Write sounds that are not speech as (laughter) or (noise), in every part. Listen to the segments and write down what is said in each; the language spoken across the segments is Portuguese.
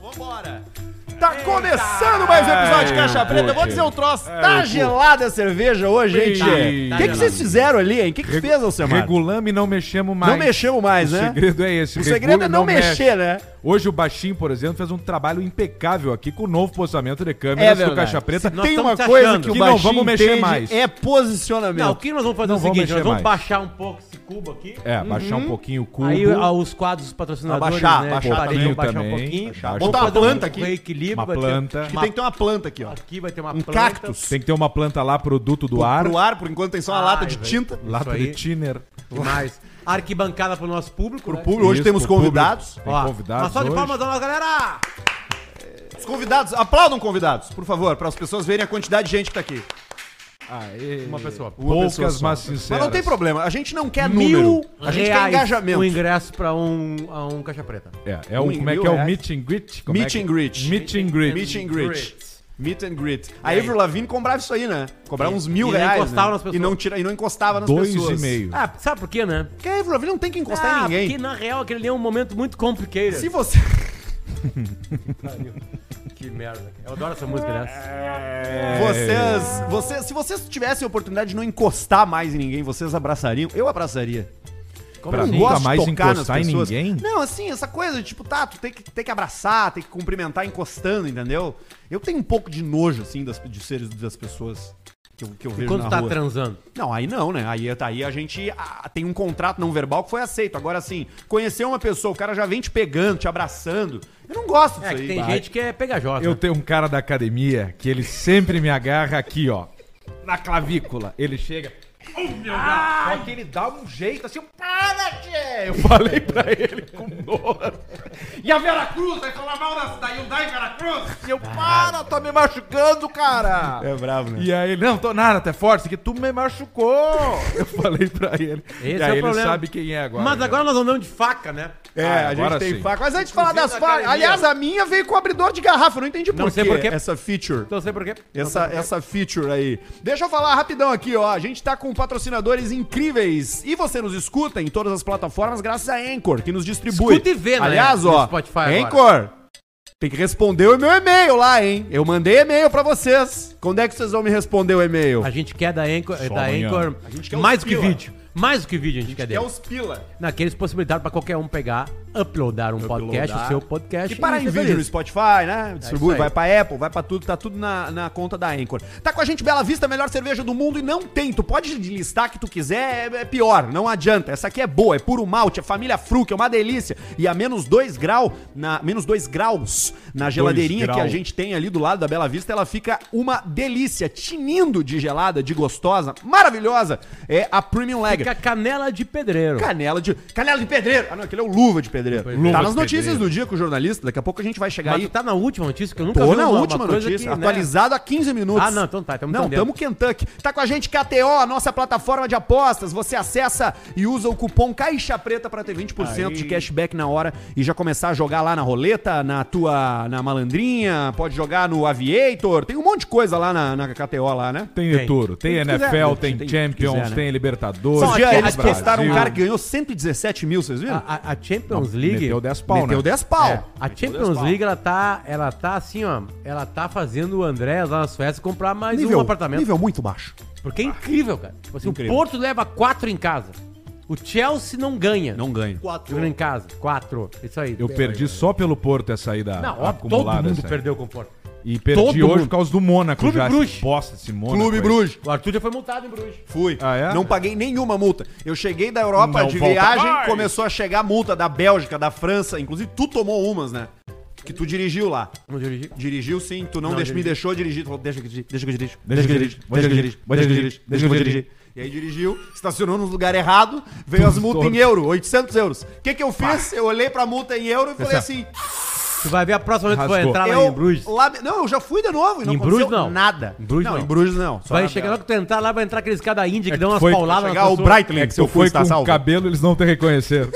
Vambora! Tá começando mais um episódio É, de Caixa Preta. Eu vou dizer um troço. tá gelada a cerveja hoje, hein, Tchê? tá O que, que vocês fizeram ali, hein? O que, que fez, Alcemar? Regulame e não mexemos mais. Não mexemos mais, O né? segredo é esse. O segredo regula é e não mexer, né? Hoje o Baixinho, por exemplo, fez um trabalho impecável aqui com o novo postamento de câmeras do É verdade. Caixa Preta. É Nós Tem tamo uma te coisa achando. que o Que não Baixinho vamos mexer entende mais. é Não, o posicionamento. que nós vamos fazer Não é o vamos seguinte, nós mexer vamos mais. baixar um pouco esse cubo aqui. É, baixar Uhum. um pouquinho o cubo. Aí ah, os quadros dos patrocinadores, Abaixar, né? abaixar parei, também, baixar um também. pouquinho. Abaixar. Vou Botar uma fazer um planta aqui. reequilíbrio, Uma vai ter- planta. Que tem que ter uma planta aqui, ó. Aqui vai ter uma Um planta. cactus. Tem que ter uma planta lá, produto do ar. Pro ar, por enquanto tem só uma lata de Ai, tinta. velho. Lata Isso de aí. tiner. Que mais? Arquibancada pro nosso público. Pro né? público. Hoje Isso, temos pro público. convidados. Tem Ó, convidados uma salva de hoje. palmas da nossa galera! Os convidados, aplaudam convidados, por favor, para as pessoas verem a quantidade de gente que tá aqui. Uma pessoa. Uma pessoa Poucas, só. mas sinceras. Mas não tem problema, a gente não quer Mil número. A gente quer reais engajamento. o ingresso pra um, a um caixa preta. É, é um, Um em como é mil que é o reais. meet and greet? Como Meet é que- and greet. Meet and greet. Meet and greet. Meet and greet. A aí? Avril Lavigne comprava isso aí, né? Cobrava E- uns mil e não reais. encostava né? nas pessoas. E, não tira, e não encostava nas Dois pessoas. e meio. Ah, sabe por quê, né? Porque a Avril Lavigne não tem que encostar em ninguém. Ah, Porque na real aquele ali é um momento muito complicado. Se você. Que merda. Eu adoro essa música, né? É. Vocês, vocês. Se vocês tivessem a oportunidade de não encostar mais em ninguém, vocês abraçariam? Eu abraçaria. Como Eu Pra assim? nunca gosto de mais tocar nas encostar em pessoas. ninguém? Não, assim, essa coisa de tipo, tá, tu tem que, tem que abraçar, tem que cumprimentar encostando, entendeu? Eu tenho um pouco de nojo, assim, das, de seres das pessoas que eu, que eu vejo Quando na tá rua. transando. Não, aí não, né? Aí, aí a gente ah, tem um contrato não verbal que foi aceito. Agora, assim, conhecer uma pessoa, o cara já vem te pegando, te abraçando. Eu não gosto disso É, que aí. tem Vai. gente que é pegajosa. Eu tenho um cara da academia que ele sempre me agarra aqui, ó. Na clavícula. Ele chega. "Oh, meu Deus!" Só que ele dá um jeito assim, para, tchê! Eu falei pra ele com dor. E a Veracruz vai falar mal da, da Hyundai Veracruz? E Eu, para, tá me machucando, cara! É bravo, né? E aí ele, não, tô nada, até forte, que tu me machucou! Eu falei pra ele. Esse e é aí o ele problema. sabe quem é agora. Mas né? agora nós andamos de faca, né? É, Ah, a gente agora tem sim. faca. Mas antes de falar das na facas. academia. Aliás, a minha veio com abridor de garrafa. Eu não entendi Não por sei quê por quê. essa feature. Não sei Então, por quê. Essa, essa feature aí. Deixa eu falar rapidão aqui, ó. A gente tá com patrocinadores incríveis. E você nos escuta em todas as plataformas graças a Anchor, que nos distribui. Escuta e vê, né? Aliás, No ó. Spotify agora. Anchor. Tem que responder o meu e-mail lá, hein? Eu mandei e-mail pra vocês. Quando é que vocês vão me responder o e-mail? A gente quer da Anchor, da amanhã. Anchor A gente quer os mais do que pila. vídeo. Mais do que vídeo a gente, quer Que é deles. os pila. Naqueles possibilitaram pra qualquer um pegar, uploadar um podcast, o seu podcast. E para e em ser vídeo feliz. É no Spotify, né? Distribui, isso aí. vai pra Apple, vai pra tudo, tá tudo na, na conta da Anchor. Tá com a gente Bela Vista, a melhor cerveja do mundo e não tem. Tu pode listar que tu quiser, é é pior, não adianta. Essa aqui é boa, é puro malte, é família Fruc, é uma delícia. E a menos 2 grau, na menos 2 graus na geladeirinha que a grau. gente gente tem ali do lado da Bela Vista, ela fica uma delícia, tinindo de gelada, de gostosa, maravilhosa. É a Premium Lager. Fica canela de pedreiro. Canela de. Canela de pedreiro! Ah, não, aquele é o luva de pedreiro. Luva tá nas de notícias pedreiro. do dia com o jornalista, daqui a pouco a gente vai chegar Mas aí. tu tá na última notícia, que eu nunca Tô vi na uma- uma última coisa notícia, que, né? atualizado há 15 minutos. Ah, não, então tá, então Não, entendendo. tamo Kentucky. Tá com a gente KTO, a nossa plataforma de apostas. Você acessa e usa o cupom Caixa Preta pra ter 20% de cashback na hora e já começar a jogar lá na roleta, na tua, na malandrinha, pode jogar no Aviator, tem um monte de coisa lá na, na KTO lá, né? Tem Tem. de tudo. Tem, Tem o que NFL, quiser, tem, tem o que Champions, quiser, né? tem Libertadores. Esse dia aqui- eles aqui- postaram um Brasil. cara que ganhou 117 mil, vocês viram? A, a- a Champions League. Meteu 10 pau, Meteu né? 10 pau. Ah, É, a Champions League, ela tá, ela tá assim, ó. Ela tá fazendo o André lá na Suécia comprar mais um apartamento. nível muito baixo. Porque é incrível, cara. Tipo assim, Incrível. O Porto leva quatro em casa. O Chelsea não ganha. Não ganha. Quatro. Ganha em casa. Quatro. Isso aí. Eu perdi só pelo Porto essa aí da Não, ó, todo acumulada. mundo essa aí. perdeu com o Porto. E perdi Todo hoje mundo. por causa do Mônaco Clube já. Bruges. Bosta esse Mônaco. Clube aí. Bruges. O Arthur já foi multado em Bruges. Fui. Ah, é? Não paguei nenhuma multa. Eu cheguei da Europa Não de volta viagem, mais. começou a chegar multa da Bélgica, da França. Inclusive, tu tomou umas, né? Que tu dirigiu lá. Vamos dirigir. Dirigiu sim, tu não, Não, deixa- me dirigi. deixou dirigir. Tu falou, deixa que eu dirijo, deixa que eu dirijo, Deixa que eu dirijo, deixa que eu dirijo, deixa que eu dirijo, deixa que eu dirigir. E aí dirigiu, estacionou no lugar errado, veio as multas em torto. euro, 800 euros. O que que eu fiz? Eu olhei pra multa em euro e falei assim, Tu vai ver a próxima vez que tu vai Rasgou. entrar lá eu, em Bruges. lá- não, eu já fui de novo e não Em aconteceu Bruges, não. nada. Em Bruges, não, não. em Bruges não. só Vai na chegar Bélgica. lá que tu entrar lá, vai entrar aquele escada índia que, que dá umas foi- pauladas chegar o pessoas. Breitling, É que que se eu tu fui foi (laughs) com tá o salvo. cabelo, eles não te reconheceram.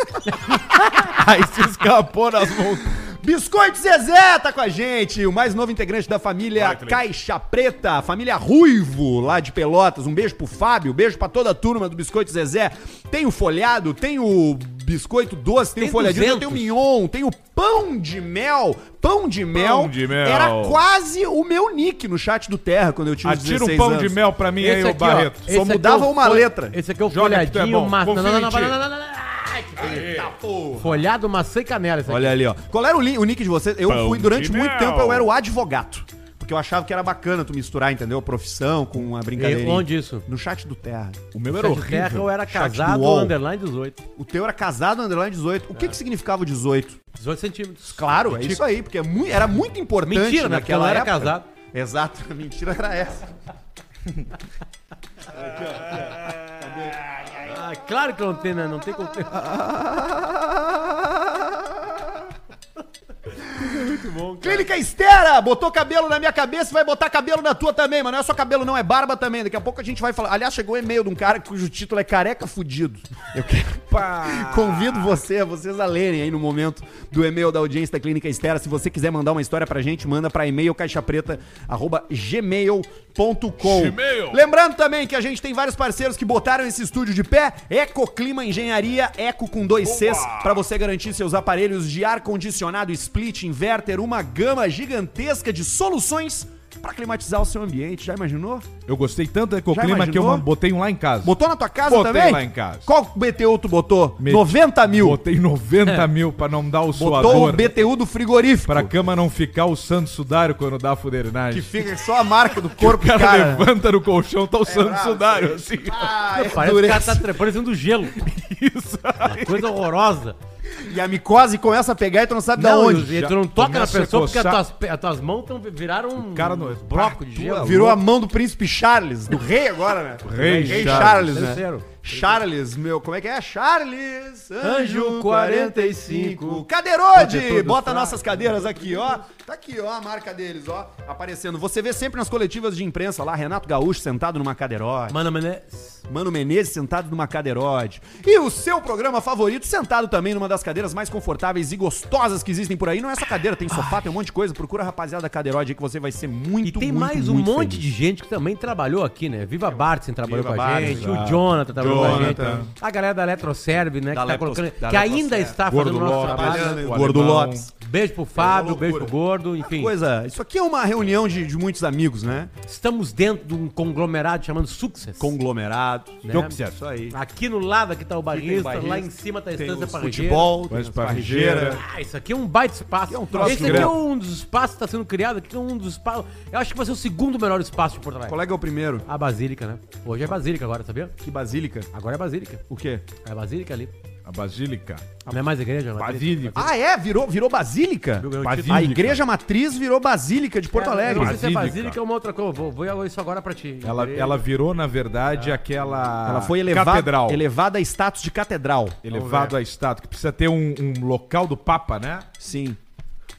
aí se escapou nas mãos. Biscoito Zezé tá com a gente, o mais novo integrante da família Vai, Cleiton. Caixa Preta, família Ruivo, lá de Pelotas. Um beijo pro Fábio, beijo pra toda a turma do Biscoito Zezé. Tem o folhado, tem o biscoito doce, tem, o Tem folhadinho, 200. tem o mignon, tem o pão de mel. Pão de mel, de mel. era quase o meu nick no chat do Terra quando eu tinha uns Atira um 16 pau anos. de mel pra mim aí, Esse ô aqui, ó, Barreto. esse aqui é mudava o uma fol- letra. Esse aqui é o Joga que tu é folhadinho, bom. maçã. Confia em ti. Eita, Folhado, maçã e canela. Esse aqui. Olha ali, ó. Qual era o, li- o nick de vocês? Eu Pão fui durante de muito mel. tempo, eu era o advogado. Porque eu achava que era bacana tu misturar, entendeu? A profissão com a brincadeira. E onde isso? No chat do Terra. O meu Era de terra, eu era Chat do casado, UOL. underline 18. O teu era casado, underline 18. O É. que que significava o 18? 18 centímetros. Claro, é isso aí, porque é mui- era muito importante Mentira, né? Porque naquela ela era época. casada. Exato, (laughs) a mentira era essa. Ah, claro que não tem, né? Não tem como ter. Clínica Estera, botou cabelo na minha cabeça e vai botar cabelo na tua também, mas não é só cabelo não, é barba também. Daqui a pouco a gente vai falar. Aliás, chegou um e-mail de um cara cujo título é Careca Fudido. Eu quero... (laughs) Convido você, vocês a lerem aí no momento do e-mail da audiência da Clínica Estera. Se você quiser mandar uma história pra gente, manda pra e-mail caixapreta@gmail.com. Gmail. Lembrando também que a gente tem vários parceiros que botaram esse estúdio de pé. Ecoclima Engenharia, Eco com dois Cs, pra você garantir seus aparelhos de ar condicionado, split, inverter, uma gama gigantesca de soluções pra climatizar o seu ambiente. Já imaginou? Eu gostei tanto da Já Ecoclima imaginou? que eu botei um lá em casa. Botou na tua casa Botei também? lá em casa. Qual BTU tu botou? Meti- 90 mil. Botei 90 mil pra não dar o Botou o suador. BTU do frigorífico. Pra cama não ficar o santo sudário quando dá a Que fuderinagem. fica só a marca (laughs) do corpo O cara, do cara. levanta no colchão, tá o santo bravo, sudário, assim. Ah, (laughs) (laughs) é Parece que o cara dureza. tá trepando em cima do gelo. Isso. Uma coisa horrorosa. E a micose começa a pegar e tu não sabe da Não, onde. e já tu não toca na começa a pessoa porque as coçar. tuas, pe- as tuas mãos tão, viraram um cara é não- bloco de gelo. Tá Virou a mão do príncipe Charles, do rei agora, né? Rei Charles, Charles, né? terceiro. Charles, meu, como é que é? Charles, anjo Anjo 45. 45. Cadeirode! Protetor dos Bota fracos. nossas cadeiras aqui, ó. Tá aqui, ó, a marca deles, ó, aparecendo. Você vê sempre nas coletivas de imprensa lá, Renato Gaúcho sentado numa cadeirode. Mano, mano, é- Mano Menezes sentado numa cadeirode. E o seu programa favorito sentado também numa das cadeiras mais confortáveis e gostosas que existem por aí. Não é só cadeira, tem sofá, tem um monte de coisa. Procura a rapaziada da cadeirode aí que você vai ser muito, E tem muito, mais um muito monte feliz. de gente que também trabalhou aqui, né? Viva Bartzen trabalhou Viva com a Bartzen, gente, claro. o Jonathan trabalhou com a Jonathan. gente. A galera da Eletroserve, né? Da que tá Lepros- colocando, da que ainda Leproserve. está fazendo Gordo o nosso Lopes. trabalho. Trabalhando, né? O Gordo Tipo alemão. Lopes. Beijo pro Fábio, beijo pro Gordo, enfim. Coisa, isso aqui é uma reunião de, de muitos amigos, né? Estamos dentro de um conglomerado chamando Success. Conglomerado. né? Success. Isso aí. Aqui no lado aqui tá o Tem barrista, barris, lá em cima tá a tem estância os parrilheira. futebol, Mas as parrilheira. parrilheira. Ah, isso aqui é um baita espaço. É um troço Esse aqui grande. é um dos espaços que está sendo criado, aqui é um dos espaços. Eu acho que vai ser o segundo melhor espaço de Porto Alegre. Qual é que é o primeiro? A Basílica, né? Hoje é Basílica agora, sabia? Que basílica? Agora é Basílica. O quê? É a Basílica ali. A Basílica. Não é mais igreja, é Basílica. Ah, é? Virou, virou basílica? Viu, ganhou Basílica. título. A igreja matriz virou basílica de Porto É, Alegre. eu Não sei se é Basílica. Basílica ou uma outra coisa. Vou, vou isso agora pra ti. Ela, Igreja. ela virou, na verdade, aquela. Ela foi elevada, Ah, Catedral. elevada a status de catedral. Elevado a estátua. Que precisa ter um, um local do Papa, né? Sim.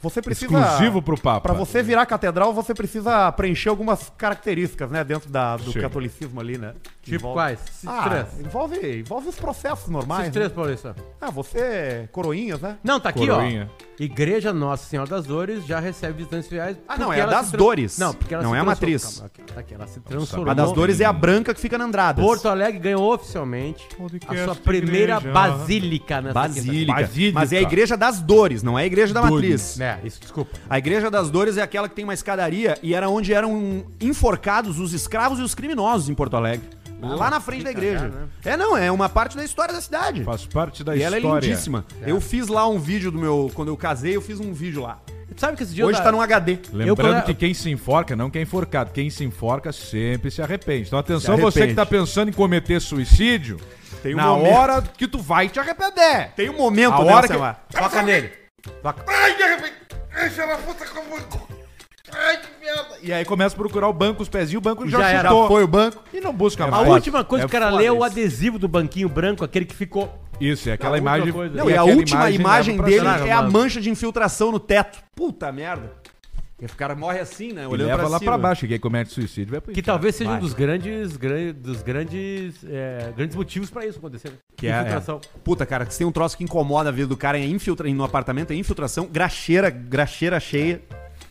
Você precisa. Exclusivo pro Papa. Pra você virar catedral, você precisa preencher algumas características, né? Dentro da- do Sim. catolicismo ali, né? Tipo Envolve- quais? Esses Ah, três. envolve, envolve os processos Esses normais. né? três, Paulista. Ah, você é coroinhas, né? Não, tá aqui, Coroinha. ó. Igreja Nossa Senhora das Dores já recebe visitantes fiéis. Ah, não, porque é a ela das se tran- Dores. Não, porque ela Não se é a transformou- matriz. Calma, aqui, tá aqui, ela se transformou. A das dores é a branca que fica na Andradas. Porto Alegre ganhou oficialmente Podcast a sua da primeira igreja. basílica nessa Basílica. Basílica. Mas é a igreja das dores, não é a igreja da matriz. quinta-feira. É, isso, desculpa. A igreja das dores é aquela que tem uma escadaria e era onde eram enforcados os escravos e os criminosos em Porto Alegre. lá na frente da igreja. É não, é uma parte da história da cidade. Faz parte da E ela história. é lindíssima. Eu fiz lá um vídeo do meu. Quando eu casei, eu fiz um vídeo lá. Tu Sabe que esse dia eu Hoje ta- tá num HD. Eu, quando Lembrando era- que quem se enforca, não quem é enforcado, quem se enforca sempre se arrepende. Então atenção, Se você arrepende. que tá pensando em cometer suicídio, Tem um na momento. hora que tu vai te arrepender. Tem um momento, A né, hora que- Alcemar? Toca nele. Ai, de repente. Ai, filha da puta, como. Ai, que merda. E aí começa a procurar o banco, os pezinhos, o banco já, Já era, chutou. Foi o banco. E não busca A mais. última coisa É que o cara foda lê é o isso. adesivo do banquinho branco, aquele que ficou. Isso, é aquela A última imagem. coisa. Não, e, a aquela última imagem, leva pra dele trás, é a mano. mancha de infiltração no teto. Puta merda. Porque o cara morre assim, né? E Olhando leva pra lá cima. pra baixo, e quem comete suicídio vai pro Que inferno. talvez seja vai. um dos grandes, gran- dos grandes, é, grandes motivos pra isso acontecer. né? Que é, Infiltração. é. Puta, cara, se tem um troço que incomoda a vida do cara é infiltra, no apartamento, é infiltração, graxeira, graxeira cheia,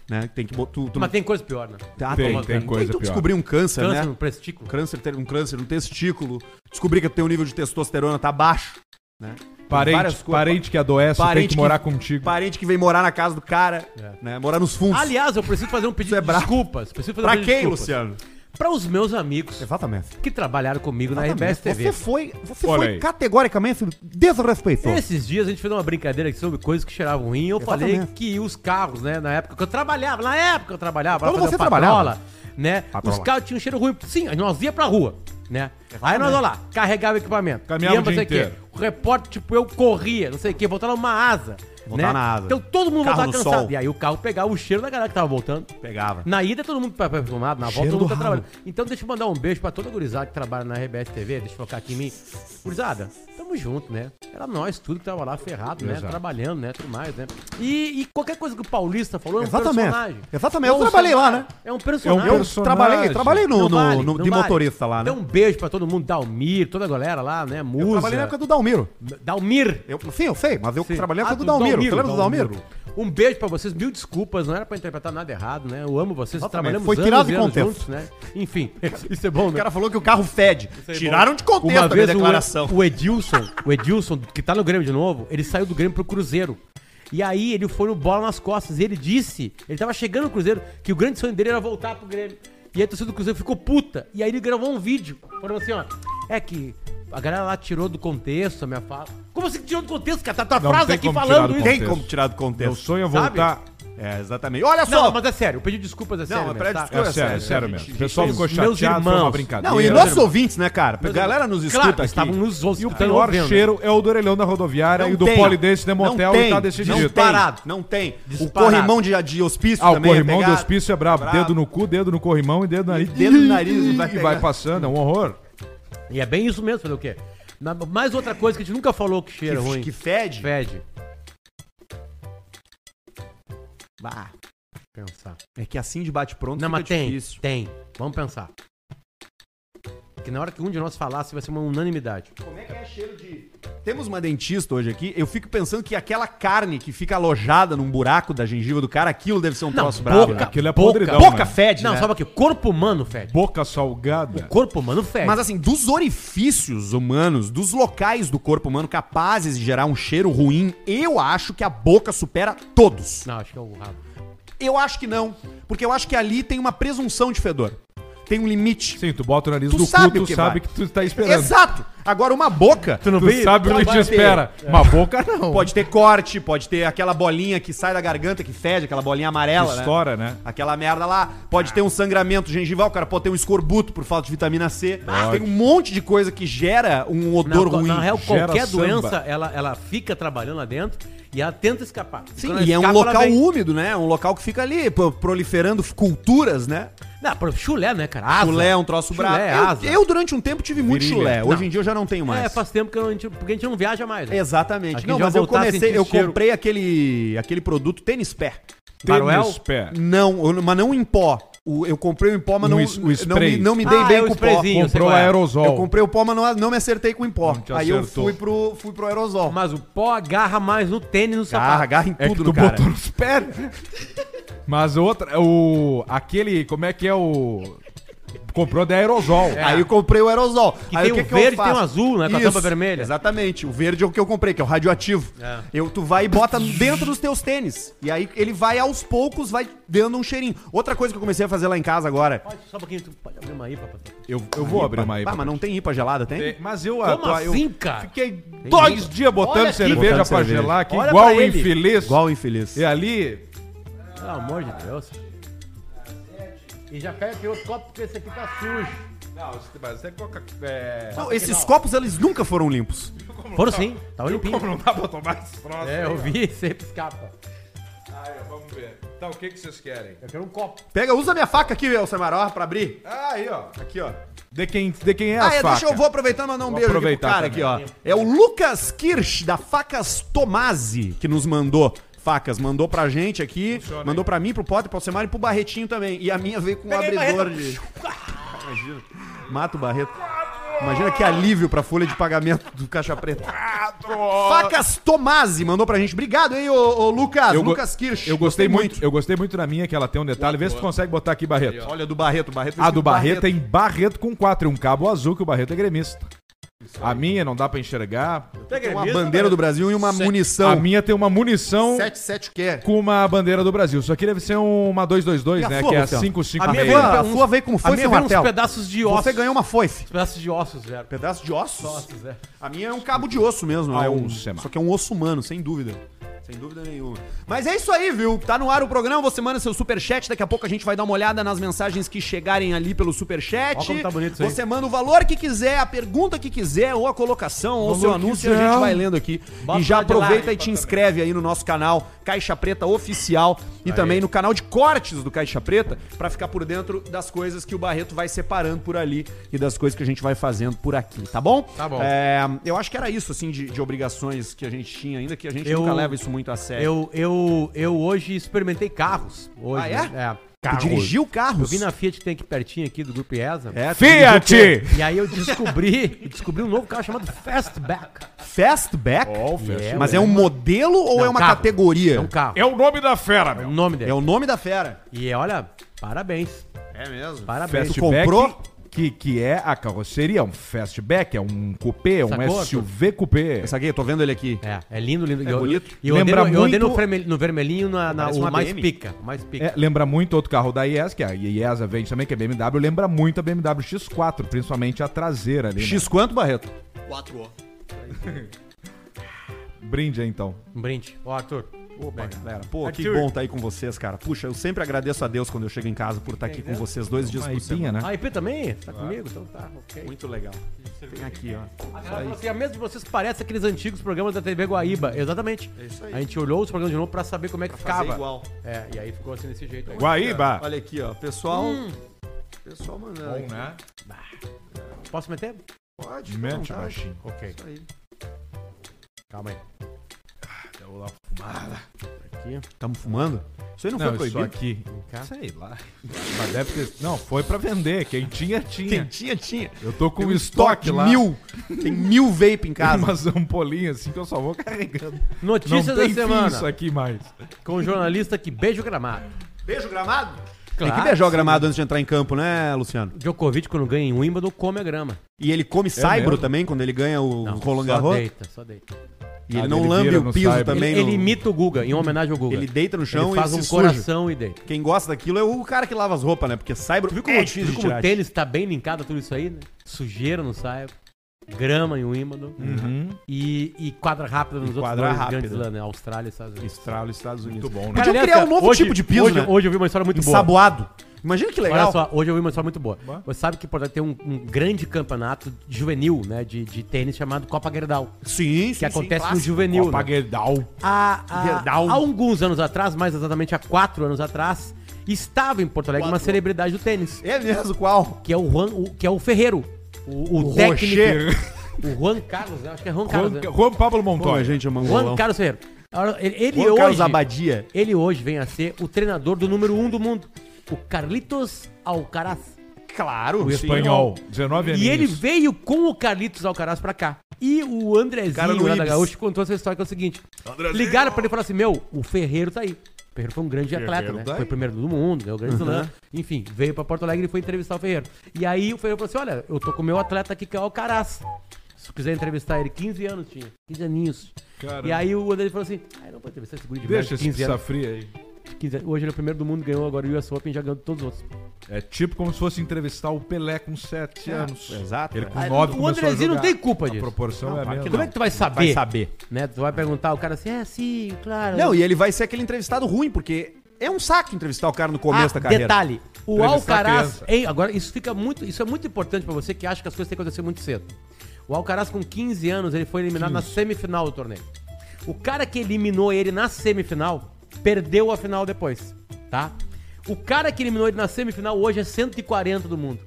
né? Tem que botar... Tu, tu- Mas tem coisa pior, né? Ah, É. Tem- tem coisa tu pior. descobrir um câncer, Câncer né? no prestículo. Câncer, ter um câncer no testículo, descobrir que o teu nível de testosterona tá baixo, né? Tem várias Parente, coisas- parente que adoece tem Parente que que- morar contigo. Parente que vem morar na casa do cara, É. né? Morar nos fundos. Aliás, eu preciso fazer um pedido Isso é de brabo. desculpas. Preciso fazer um pra pedido de quem, desculpas. Luciano? Pra os meus amigos Exatamente. que trabalharam comigo na RBS TV. Você é foi, você Olha foi aí. categoricamente desrespeitou. Esses dias a gente fez uma brincadeira aqui sobre coisas que cheiravam ruim. Eu Exatamente. falei que os carros, né, na época que eu trabalhava, na época eu trabalhava, lá Quando você fazer o patrola, trabalhava? né? Patrola. Os carros tinham cheiro ruim. Sim, nós ia pra rua, né? Aí nós ia lá, carregava o equipamento. Caminhava ia o dia não sei o quê. inteiro. O repórter, tipo, eu corria, não sei o quê, voltava numa asa. Voltava né? na asa. Então todo mundo Carro voltava no cansado. sol. E aí o carro pegava o cheiro da galera que tava voltando. Pegava. Na ida todo mundo pra- pra- perfumado, na volta Cheiro todo mundo do tá ralo. trabalhando. Então deixa eu mandar um beijo pra toda a gurizada que trabalha na RBS TV, deixa eu focar aqui em mim. Gurizada, tamo junto, né? Era nós tudo que tava lá ferrado, né? Exato. Trabalhando, né? Tudo mais, né? E, e qualquer coisa que o Paulista falou é um Exatamente. personagem. Exatamente. Eu Não, trabalhei você- lá, né? É um personagem. É um personagem. Trabalhei, trabalhei no, Não no- vale, no- não de vale. motorista lá, né? Então um beijo pra todo mundo, Dalmir, toda a galera lá, né? eu Musa. trabalhei na época do Dalmiro. Dalmir. Eu, sim, eu sei, mas eu Sim. trabalhei na Ah, época do Dalmiro. Você lembra do Dalmiro? Um beijo pra vocês, mil desculpas, não era pra interpretar nada errado, né? Eu amo vocês, Exatamente. trabalhamos Foi anos tirado e de anos contexto. juntos, né? Enfim, (laughs) isso é bom, O né? cara falou que o carro fede. aí, Tiraram de contexto Uma a minha vez declaração. o, o Edilson, o Edilson, que tá no Grêmio de novo, ele saiu do Grêmio pro Cruzeiro. E aí ele foi no bola nas costas e ele disse, ele tava chegando no Cruzeiro, que o grande sonho dele era voltar pro Grêmio. E aí a torcida do Cruzeiro ficou puta. E aí ele gravou um vídeo, falando assim, ó, é que a galera lá tirou do contexto a minha fala. Como assim que tirou do contexto, cara? Tá tua Não, frase tem aqui como tirar falando do isso. Tem contexto. como tirar do Meu contexto. sonho é Sabe? voltar. É, exatamente. Olha só! Não, mas é sério, eu pedi desculpas, é sério. mas mesmo, pede tá? desculpa. É sério, é sério gente, mesmo. O gente, pessoal ficou meus chateado, foi uma irmãos. brincadeira. Não, e Meu nossos irmão. ouvintes, né, cara? A galera nos escuta Claro, um aqui. estavam nos E o hospitando, pior vendo. cheiro é o do orelhão da rodoviária e do tem. polidense de motel não e tá tem, decidido. Não tem, Disparado. não tem. Disparado. O corrimão de, de hospício Ah, o também é corrimão do pegado. hospício é brabo. Dedo no cu, dedo no corrimão e dedo no nariz. dedo no nariz e vai E vai pegar. passando, é um horror. E é bem isso mesmo, fazer o quê? Na- mais outra coisa que a gente nunca falou que cheira ruim. Que, que fede. Fede. Bah, Pensar. é que assim de bate-pronto Não, mas tem. difícil. Tem. Vamos pensar. Que na hora que um de nós falasse vai ser uma unanimidade. Como é que é cheiro de. Temos uma dentista hoje aqui. Eu fico pensando que aquela carne que fica alojada num buraco da gengiva do cara, aquilo deve ser um troço brabo. né? Aquilo é boca, podridão, Boca né? fede, Não, né? só pra quê? Corpo humano fede. Boca salgada. Corpo humano fede. Mas assim, dos orifícios humanos, dos locais do corpo humano capazes de gerar um cheiro ruim, eu acho que a boca supera todos. Não, acho que é o rabo. Eu acho que não, porque eu acho que ali tem uma presunção de fedor. Tem um limite. Sim, tu bota o nariz Tu no sabe cu, o tu que vai. sabe que tu tá esperando. Exato. Agora uma boca Tu não Tu vê- sabe tu o que é. vai te ter. espera. Uma boca não. pode ter corte, pode ter aquela bolinha que sai da garganta que fede, aquela bolinha amarela, né? Estoura, né? Aquela merda lá. Pode ter um sangramento gengival, cara. Pode ter um escorbuto por falta de vitamina C. Tem um monte de coisa que gera um Na, odor ruim. na real, gera qualquer samba. doença, ela, ela fica trabalhando lá dentro e ela tenta escapar. E Sim, quando ela e é um escapa, ela local vem- úmido, né? É um local que fica ali pro- proliferando culturas, né? Não, pro- chulé, né, cara? Asa. Chulé é um troço Chulé bravo. é asa. Eu, eu, durante um tempo, tive muito Virilha. chulé. Não. Hoje em dia eu já não tenho mais. É, faz tempo que a gente, porque a gente não viaja mais. É, né? Acho Exatamente. que Não, já mas eu voltar a comecei, sentir eu cheiro. comprei aquele, aquele produto tênis pé. Baruel? Tênis pé. É. Não, eu- mas não em pó. O- eu comprei o em pó, mas Um não, es- o não, spray. me, não me dei Ah, bem é o com o pó. sprayzinho. Sim, eu sei Comprou qual é. aerosol. Eu comprei o pó, mas não, não me acertei com o em pó. Não te Aí eu acertou. fui pro, fui pro aerosol. Mas tá. o pó agarra mais no tênis, no sapato. Garra, garra em É que tudo tu no cara. botou nos pés. Mas outra, o... Aquele, como é que é o... Comprou de aerosol. É. Aí eu comprei o aerosol. aí tem o que um que verde, eu faço? tem um azul, né, com a Isso, tampa vermelha. Exatamente. O verde é o que eu comprei, que é o radioativo. É. Eu, tu vai e bota dentro dos teus tênis. E aí ele vai aos poucos, vai dando um cheirinho. Outra coisa que eu comecei a fazer lá em casa agora. Pode, só um pouquinho, tu pode abrir uma aí, papai. Eu, eu vou abrir uma aí. Ah, mas não tem ripa gelada, tem? Tem- Mas eu, Ah, Como eu- eu assim, cara? fiquei dois dias botando Olha aqui. cerveja Botando pra cerveja. gelar aqui, Olha igual pra o ele. infeliz. Igual infeliz. E ali, Pelo amor de Deus. E já pega aquele outro copo, porque esse aqui tá sujo. Não, mas é coca. É. Não, esses copos, eles nunca foram limpos. Foram sim, tá limpinho. Como não dá pra tomar esses tá? troços? É, eu vi, (laughs) sempre escapa. Ah, é, Aí, ó, vamos ver. Tá, o que, que vocês querem? Eu quero um copo. Pega, usa minha faca aqui, Elcemaró, pra abrir. Aí, ó. Aqui, ó. De quem, de quem é a Ah, é, faca? deixa eu vou aproveitando e mandar um Vou beijo aqui pro aproveitar cara também. aqui, ó. É o Lucas Kirsch, da Facas Tomasi, que nos mandou. Facas mandou pra gente aqui, mandou pra mim, pro Potter, pro Alcemar e pro Barretinho também. E a minha veio com um abridor de. Imagina. (laughs) Mata o Barreto. Imagina que alívio pra folha de pagamento do Caixa Preta. Facas Tomasi mandou pra gente. Obrigado, hein, ô, ô Lucas. go- Lucas Kirsch. Eu gostei muito. Eu gostei muito da minha, que ela tem um detalhe. Vê se tu consegue botar aqui, Barreto. Olha, do Barreto. Barreto A do Barreto é em Barreto com 4 e um cabo azul, que o Barreto é gremista. A minha não dá pra enxergar. Tem uma bandeira do Brasil e uma A munição. minha tem uma munição 77 que é. com uma bandeira do Brasil. Só que deve ser uma E a 222, né? sua, Que é a Luciano? A minha 556. veio- A uns- sua veio com A foice minha e veio uns martelo. pedaços de ossos. Você ganhou uma foice. Pedaços de ossos, velho. Pedaço de ossos? Ossos, é. A minha é um cabo de osso mesmo. Ah, é um, um sema. só que é um osso humano, sem dúvida. Sem dúvida nenhuma. Mas é isso aí, viu? Tá no ar o programa, você manda seu superchat. Daqui a pouco a gente vai dar uma olhada nas mensagens que chegarem ali pelo superchat. Ó como tá bonito isso aí. você manda o valor que quiser, a pergunta que quiser, ou a colocação, ou o seu Valor que anúncio, e a quiser. gente vai lendo aqui. Bota e já lá de lá, aproveita hein, e te bota inscreve aí no nosso canal Caixa Preta Oficial e também no canal de cortes do Caixa Preta pra ficar por dentro das coisas que o Barreto vai separando por ali e das coisas que a gente vai fazendo por aqui, tá bom? Tá bom. É, eu acho que era isso, assim, de, de obrigações que a gente tinha ainda, que a gente Eu- nunca leva isso muito a sério. Eu, eu, eu hoje experimentei carros. Hoje, Ah, é? né? Tu dirigiu Eu carros? vi na Fiat que tem aqui pertinho aqui do grupo IESA. É, tu dirigiu o quê? Fiat! E aí eu descobri, eu descobri um novo carro chamado Fastback. Fastback? Ó, o Fast Mas é um modelo ou Não, é uma carro. categoria? É um carro. É o nome da fera, É o meu. nome É dele. o nome da fera. E olha, parabéns. É mesmo. Parabéns. É, Fastback, comprou? Que, que é a carroceria, é um fastback, é um coupé, é um Sacou, Arthur? SUV coupé. Essa aqui, eu tô vendo ele aqui. É, é lindo, lindo. É eu, bonito. E eu andei, Lembra no, eu andei no, muito- vermelho- no vermelhinho, na, na- Parece o uma mais BM. pica. o Mais pica. É, lembra muito outro carro da IES, que a IESA vende também, que é BMW, lembra muito a BMW X4, principalmente a traseira ali. né? X quanto, Barreto? Brinde aí, então. Um brinde. Ó, Arthur. Opa, Né? galera. Pô, que Arthur. bom estar aí com vocês, cara. Puxa, eu sempre agradeço a Deus quando eu chego em casa por estar aqui com vocês dois dias Uma por ipinha, semana. né? A IP também? Tá comigo? Então tá, ok. Muito legal. Tem aqui, ó. Ela falou assim, a mesa de vocês parece aqueles antigos programas da TV Guaíba. Exatamente. É isso aí. A gente olhou os programas de novo pra saber como é que Fazer ficava. igual. É É, e aí ficou assim desse jeito aí. Guaíba! Olha aqui, ó. Pessoal. Pessoal mandando. Bom, aqui. né? Posso meter? Pode, fica à Mete, vontade. baixinho. Ok. Isso aí. Calma aí. Tamo fumando? Isso aí não, Não, foi isso proibido. aqui. cá. Sei lá. Mas deve ter... Não, foi pra vender. Quem tinha, tinha. tinha, tinha. Eu tô com Tem um um estoque, lá. Mil. Tem mil vape em casa. (laughs) Umas ampolinhas assim que eu só vou carregando. Notícias Não da tem fim semana. isso aqui mais. Com o jornalista que beija o gramado. Beijo, gramado? Claro. Tem que beijar o gramado antes de entrar em campo, né, Luciano? Djokovic, quando ganha em Wimbledon, come a grama. E ele come saibro mesmo? também quando ele ganha o Roland só Garros. deita, só deita. E ele Ah, não ele lambe vira o no piso saibro. também. Ele, ele no- imita o Guga, em homenagem ao Guga. Ele deita no chão Ele e faz se um suja. coração e deita. Quem gosta daquilo é o cara que lava as roupas, né? Porque saibro... Tu viu como, é tu viu difícil de como o tirar. tênis tá bem linkado a tudo isso aí, né? Sujeira no saio, grama em Wimbledon e, e quadra rápida nos Uhum. E outros quadra dois rápida. grandes lãs, né? Austrália e Estados Unidos. Estralo, Estados Unidos. Muito bom, né? Podia Cara, criar aliás, um novo hoje- tipo de piso, hoje, né? hoje eu vi uma história muito boa. Ensaboado. Imagina que legal. Olha só, hoje eu vi uma história muito boa. Você sabe que pode ter um, um grande campeonato juvenil, né? De, de tênis chamado Copa Gerdau. Sim, sim, Que acontece no clássico. juvenil. né? Paguedal. Há, há- Gerdau. há alguns anos atrás, mais exatamente há quatro anos atrás, estava em Porto Alegre uma celebridade do tênis. É mesmo, qual? que é o Juan, o- que é o Ferreiro, o, o O técnico, Rocher. o Juan Carlos, né? acho que é Juan Carlos, né? Juan, Juan Pablo Montoya. Pô, gente, é Juan mangolão. Carlos Ferreiro. Agora, Ele, ele Juan Carlos hoje, Abadia. ele hoje vem a ser o treinador do número um do mundo, o Carlitos Alcaraz. Claro. o sim. espanhol. 19 anos. E ele veio com o Carlitos Alcaraz pra cá. E o Andrezinho Cara no lá da Ibis. Gaúcho contou essa história que é o seguinte: ligaram pra ele e falaram assim: Meu, o Ferreiro tá aí. O Ferreiro foi um grande atleta, né? tá aí. foi primeiro do mundo, ganhou o Uhum. grande slam. Enfim, veio pra Porto Alegre e foi entrevistar o Ferreiro. E aí o Ferreiro falou assim: Olha, eu tô com o meu atleta aqui que é o Alcaraz. Se tu quiser entrevistar ele, 15 anos tinha, 15 aninhos. Caramba. E aí o André falou assim: Ah, eu não vou entrevistar esse guri de Deixa merda, esse 15 pizza anos, fria aí. 15 anos. Hoje ele é o primeiro do mundo, ganhou agora o US Open, já ganhou todos os outros. É tipo como se fosse entrevistar o Pelé com 7 anos. Exato. Ele é. com Ah, 9 o começou a Andrezinho não jogar. tem culpa disso. A proporção é a claro mesma. que Como não. é que tu vai saber? Vai saber. Né? Tu vai perguntar, o cara assim, é sim, claro. Não, e ele vai ser aquele entrevistado ruim, porque é um saco entrevistar o cara no Ah, começo da carreira. Detalhe, o Entrevistar Alcaraz, criança. hein, agora isso fica muito, isso é muito importante pra você que acha que as coisas têm que acontecer muito cedo. O Alcaraz com 15 anos, ele foi eliminado na semifinal do torneio. O cara que eliminou ele na semifinal perdeu a final depois, tá? O cara que eliminou ele na semifinal hoje é 140 do mundo.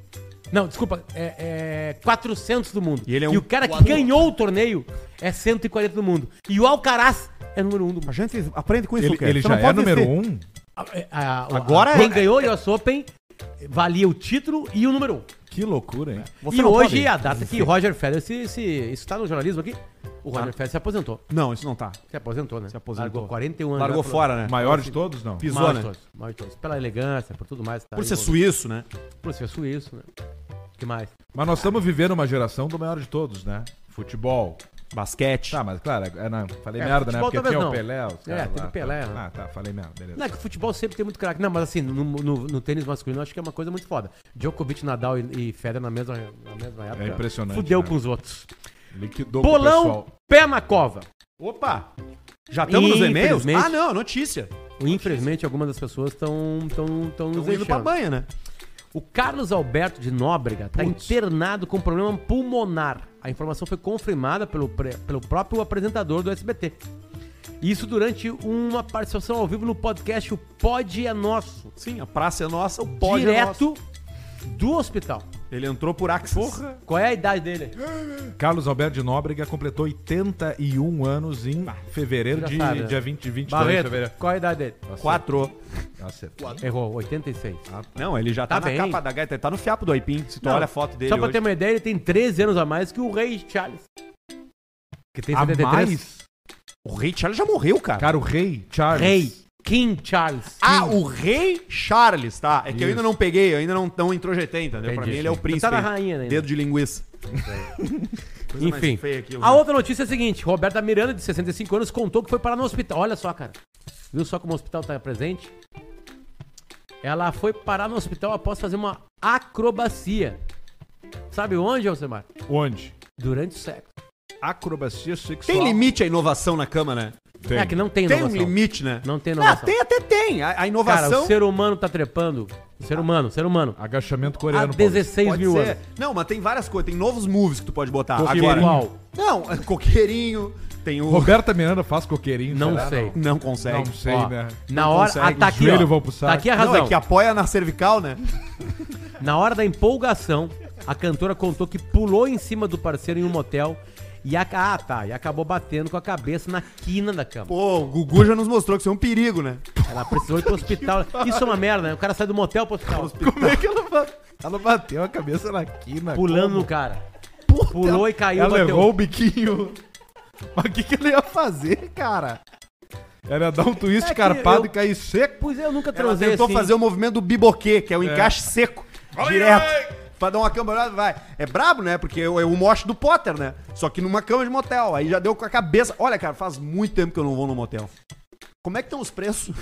Não, desculpa, é, é 400 do mundo. E ele é um o cara que ganhou o torneio é 140 do mundo. E o Alcaraz é número um do mundo. A gente aprende com isso, Ele, cara. ele Você já não é pode número ser- um? Agora é- Quem ganhou É, o US Open valia o título e o número um. Que loucura, hein? Você e não hoje pode- é a data que Roger Federer se, se. Isso tá no jornalismo aqui? O Roger Federer se aposentou. Não, isso não tá. Se aposentou, né? Se aposentou. Largou 41 anos. Largou né? fora, né? Maior de todos, não? Pisou, Maior né? de todos, maior de todos. Pela elegância, por tudo mais. tá Por aí, ser bom. suíço, né? Por ser suíço, né? que mais? Mas nós estamos vivendo uma geração do maior de todos, né? Futebol. Basquete. Tá, mas claro, é, não, falei É, merda, né? futebol Porque talvez tinha o não. Pelé, os É, caras teve lá, Pelé, tá. né? Ah, tá, falei merda, beleza. Não, é que o futebol sempre tem muito craque. Não, mas assim, no, no- no tênis masculino eu acho que é uma coisa muito foda. Djokovic, Nadal e, e Federer na mesma, na mesma É época. impressionante, Fudeu né? com os outros. Liquidou com o Bolão, pessoal. pé na cova. Opa! Já estamos nos e-mails? Infelizmente. Ah, não, notícia. Infelizmente, algumas das pessoas estão nos Estamos indo pra deixando. banha, né? O Carlos Alberto de Nóbrega está internado com problema pulmonar. A informação foi confirmada pelo, pre- pelo próprio apresentador do SBT. Isso durante uma participação ao vivo no podcast O Pod é Nosso, Sim, a praça é nossa, o pódio é nosso. direto do hospital. Ele entrou por Axis. Porra. Qual é a idade dele? Carlos Alberto de Nóbrega completou 81 anos em fevereiro, já de, sabe, né? dia 20, 22 de Barreto, fevereiro. qual é a idade dele? Quatro. Acertou. Errou, 86. Não, ele já tá, Tá na bem. capa da gaita, ele tá no fiapo do Aipim. Se tu Não, olha a foto dele Só pra hoje. ter uma ideia, ele tem 13 anos a mais que o Rei Charles. Que tem A 73. mais? O rei Charles já morreu, cara. Cara, o rei Charles. Rei, King Charles. Ah, o rei Charles, tá. É que eu ainda Isso. não peguei, eu ainda não, não introjetei, entendeu? Pra Entendi. mim ele é o Tu príncipe. tá na rainha, né? Dedo de (laughs) linguiça. Coisa mais Enfim. feia aquilo, A né? outra notícia é a seguinte: Roberta Miranda, de 65 anos, contou que foi parar no hospital. Olha só, cara. Viu só como o hospital tá presente? Ela foi parar no hospital após fazer uma acrobacia. Sabe onde, Alcemar? Onde? Durante o sexo. Acrobacia sexual. Tem limite à inovação na cama, né? Tem. É que não tem Tem inovação. um limite, né? Não tem Ah, inovação. tem até tem. A, a Cara, inovação Ah. Tá o ser humano tá trepando. O ser humano, o ser humano. Agachamento Há coreano. Paulista. 16 pode mil ser. anos. Não, mas tem várias coisas. Tem novos moves que tu pode botar. Coqueirinho. Agora. Não, é coqueirinho. Tem o... Roberta Miranda faz coqueirinho. Não será? sei. Não consegue. Não sei, Ó, (laughs) né? Na Não hora. consegue, Ah, tá os aqui, joelhos ó. vão pro saco. Tá aqui a Não, razão. é que apoia na cervical, né? Na hora da empolgação, a cantora contou que pulou em cima do parceiro em um motel e, aca- ah, tá, e acabou batendo com a cabeça na quina da cama. Pô, o Gugu já nos mostrou que isso é um perigo, né? Ela precisou ir pro hospital. Isso é uma merda, né? O cara sai do motel pro hospital. Como é que ela bateu? Ela bateu a cabeça na quina. Pulando como? no cara. Puta, Pulou e caiu, Ela bateu. errou o biquinho. Mas o que, que ela ia fazer, cara? Ela ia dar um twist É que carpado eu- e cair seco. Pois é, eu nunca Ela transei tentou assim. fazer o movimento do biboquê, que é o encaixe seco, direto. Pra dar uma cambalhota, vai. É brabo, né? Porque é o é o moche do Potter, né? Só que numa cama de motel. Aí já deu com a cabeça. Olha, cara, faz muito tempo que eu não vou no motel. Como é que estão os (laughs) preços?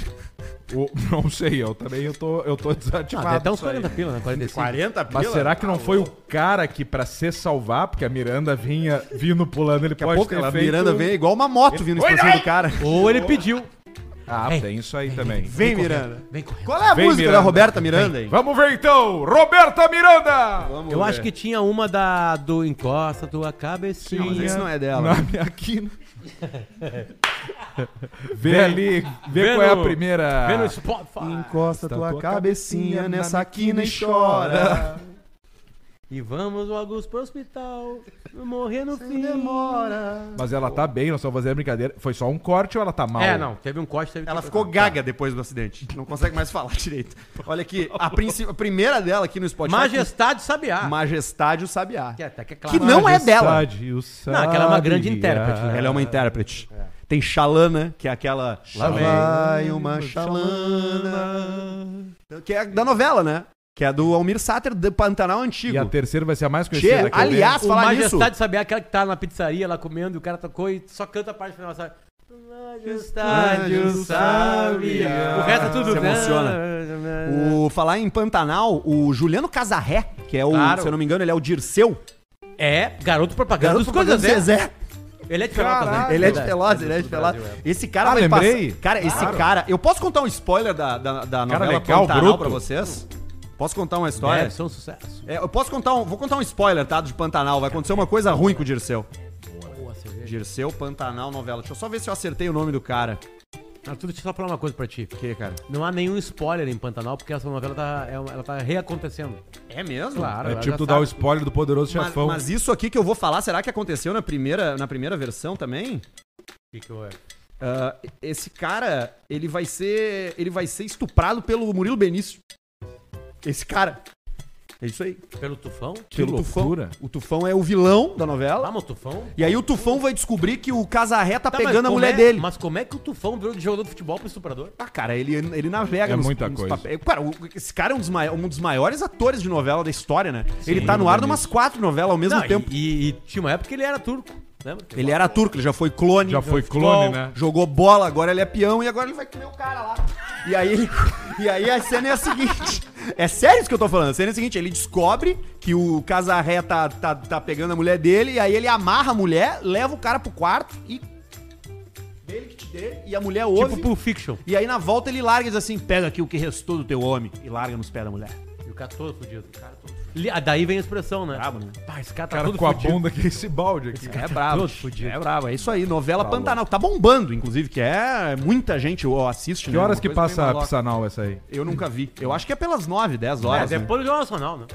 Ô, (laughs) não sei, eu também eu tô, eu tô Ah, desativado. deve dar uns disso aí. 40 pila, né? 45. 40 Mas será que não Tá foi o cara que, pra se salvar, porque a Miranda vinha vindo pulando, ele Daqui a pode pouco ter ela feito... Miranda vem igual uma moto vindo em cima do cara. Ou ele pediu. Ah, Vem. tem isso aí também. Vem, Miranda. Vem correndo. Qual é a Vem, música da Miranda. Roberta Miranda aí? Vamos ver então, Roberta Miranda! Eu acho é? que tinha uma da do encosta tua cabecinha. Não, mas esse não é dela. Na minha quina. vê ali, vê, qual é a no- primeira. Vê no Spotify. Encosta Tá tua cabecinha na quina e E vamos logo pro hospital. Morrer no fim. Mas ela tá bem, nós só fazendo brincadeira. Foi só um corte ou ela tá mal? É, não. Teve um corte, teve Ela que- ficou gaga depois do acidente. Não consegue mais falar (laughs) direito. Olha aqui, (laughs) a, princi- a primeira dela aqui no Spotify. é Majestade Sabiá. Majestade o Sabiá. Que, até que é Que claro. não é dela. Majestade, o Não, aquela é uma grande sabiá. intérprete, né? Ela é uma intérprete. Tem Xalana, que é aquela. Lá vem vai uma Xalana. Que é da novela, né? Que é do Almir Sater, do Pantanal E a Antigo. terceira vai ser a mais Che, conhecida. que é eu né? aliás, O falar nisso. Majestade Sabiá, aquela que tá na pizzaria lá comendo e o cara tocou e só canta a parte final, sabe? Majestade o Sabiá. O resto é tudo. Se Ah, emociona. O falar em Pantanal, o Juliano Casarré, que é o, Claro. se eu não me engano, ele é o Dirceu. É, garoto propaganda dos propaganda coisas, do né? Zezé. Ele é de Pelotas, né? Ele é de Verdade. Pelotas, ele é de do Pelotas. Brasil, é. Esse cara Ah, vai lembrei. passar- Cara, esse cara. Eu posso contar um spoiler da, da, da novela legal, bruto. pra vocês? Posso contar uma Deve história? ser um sucesso. É, eu posso contar um. Vou contar um spoiler, tá? De Pantanal. Vai acontecer uma coisa ruim com o Dirceu. Boa cerveja. Dirceu, Pantanal, novela. Deixa eu só ver se eu acertei o nome do cara. Arthur, deixa eu só falar uma coisa pra ti. O que, cara? Não há nenhum spoiler em Pantanal, porque essa novela tá, é uma- ela tá reacontecendo. É mesmo? Claro. É ela tipo já tu dar o sabe. spoiler do poderoso Mas, chefão. mas isso aqui que eu vou falar, será que aconteceu na primeira, na primeira versão também? Que que eu- Ah, esse cara, ele vai ser. Ele vai ser estuprado pelo Murilo Benício. Esse cara. É isso aí. Pelo tufão? Que loucura. Tufão. O Tufão é o vilão da novela. Ah, mas o tufão? E aí o Tufão vai descobrir que o Casarré tá, Tá, mas pegando a como mulher é- dele. Mas como é que o tufão virou de jogador de futebol pro estuprador? Ah, cara, ele, ele navega É muita coisa. papéis. Cara, o- esse cara é um dos, mai- um dos maiores atores de novela da história, né? ele tá no ar de umas quatro novelas ao mesmo e- tempo. E, e tinha uma época que ele era turco, lembra? Ele era turco, ele já foi clone. Já foi futebol, clone, né? Jogou bola, agora ele é peão e agora ele vai comer o cara lá. E aí, ele- (laughs) e aí a cena é a seguinte. É sério isso que eu tô falando. A cena é a seguinte, ele descobre que o Casarré tá, tá, tá pegando a mulher dele, e aí ele amarra a mulher, leva o cara pro quarto e... Dele que te dê, e a mulher ouve... Tipo Pulp Fiction. E aí na volta ele larga e diz assim: pega aqui o que restou do teu homem. E larga nos pés da mulher. E o cara todo fudido. O cara todo fudido. Li- ah, Daí vem a expressão, né? Brabo, né? Pá, esse cara tá Cara todo com a fudido. bunda que esse balde aqui. É brabo, brabo. É brabo. É isso aí, novela Pantanal. que Tá bombando, inclusive, que é muita gente ó, assiste. Que né? horas Uma que coisa passa bem a maluca. Psanal essa aí? Eu nunca vi. Eu acho que é pelas 9, 10 É, horas. né? depois do Jornal Nacional, né?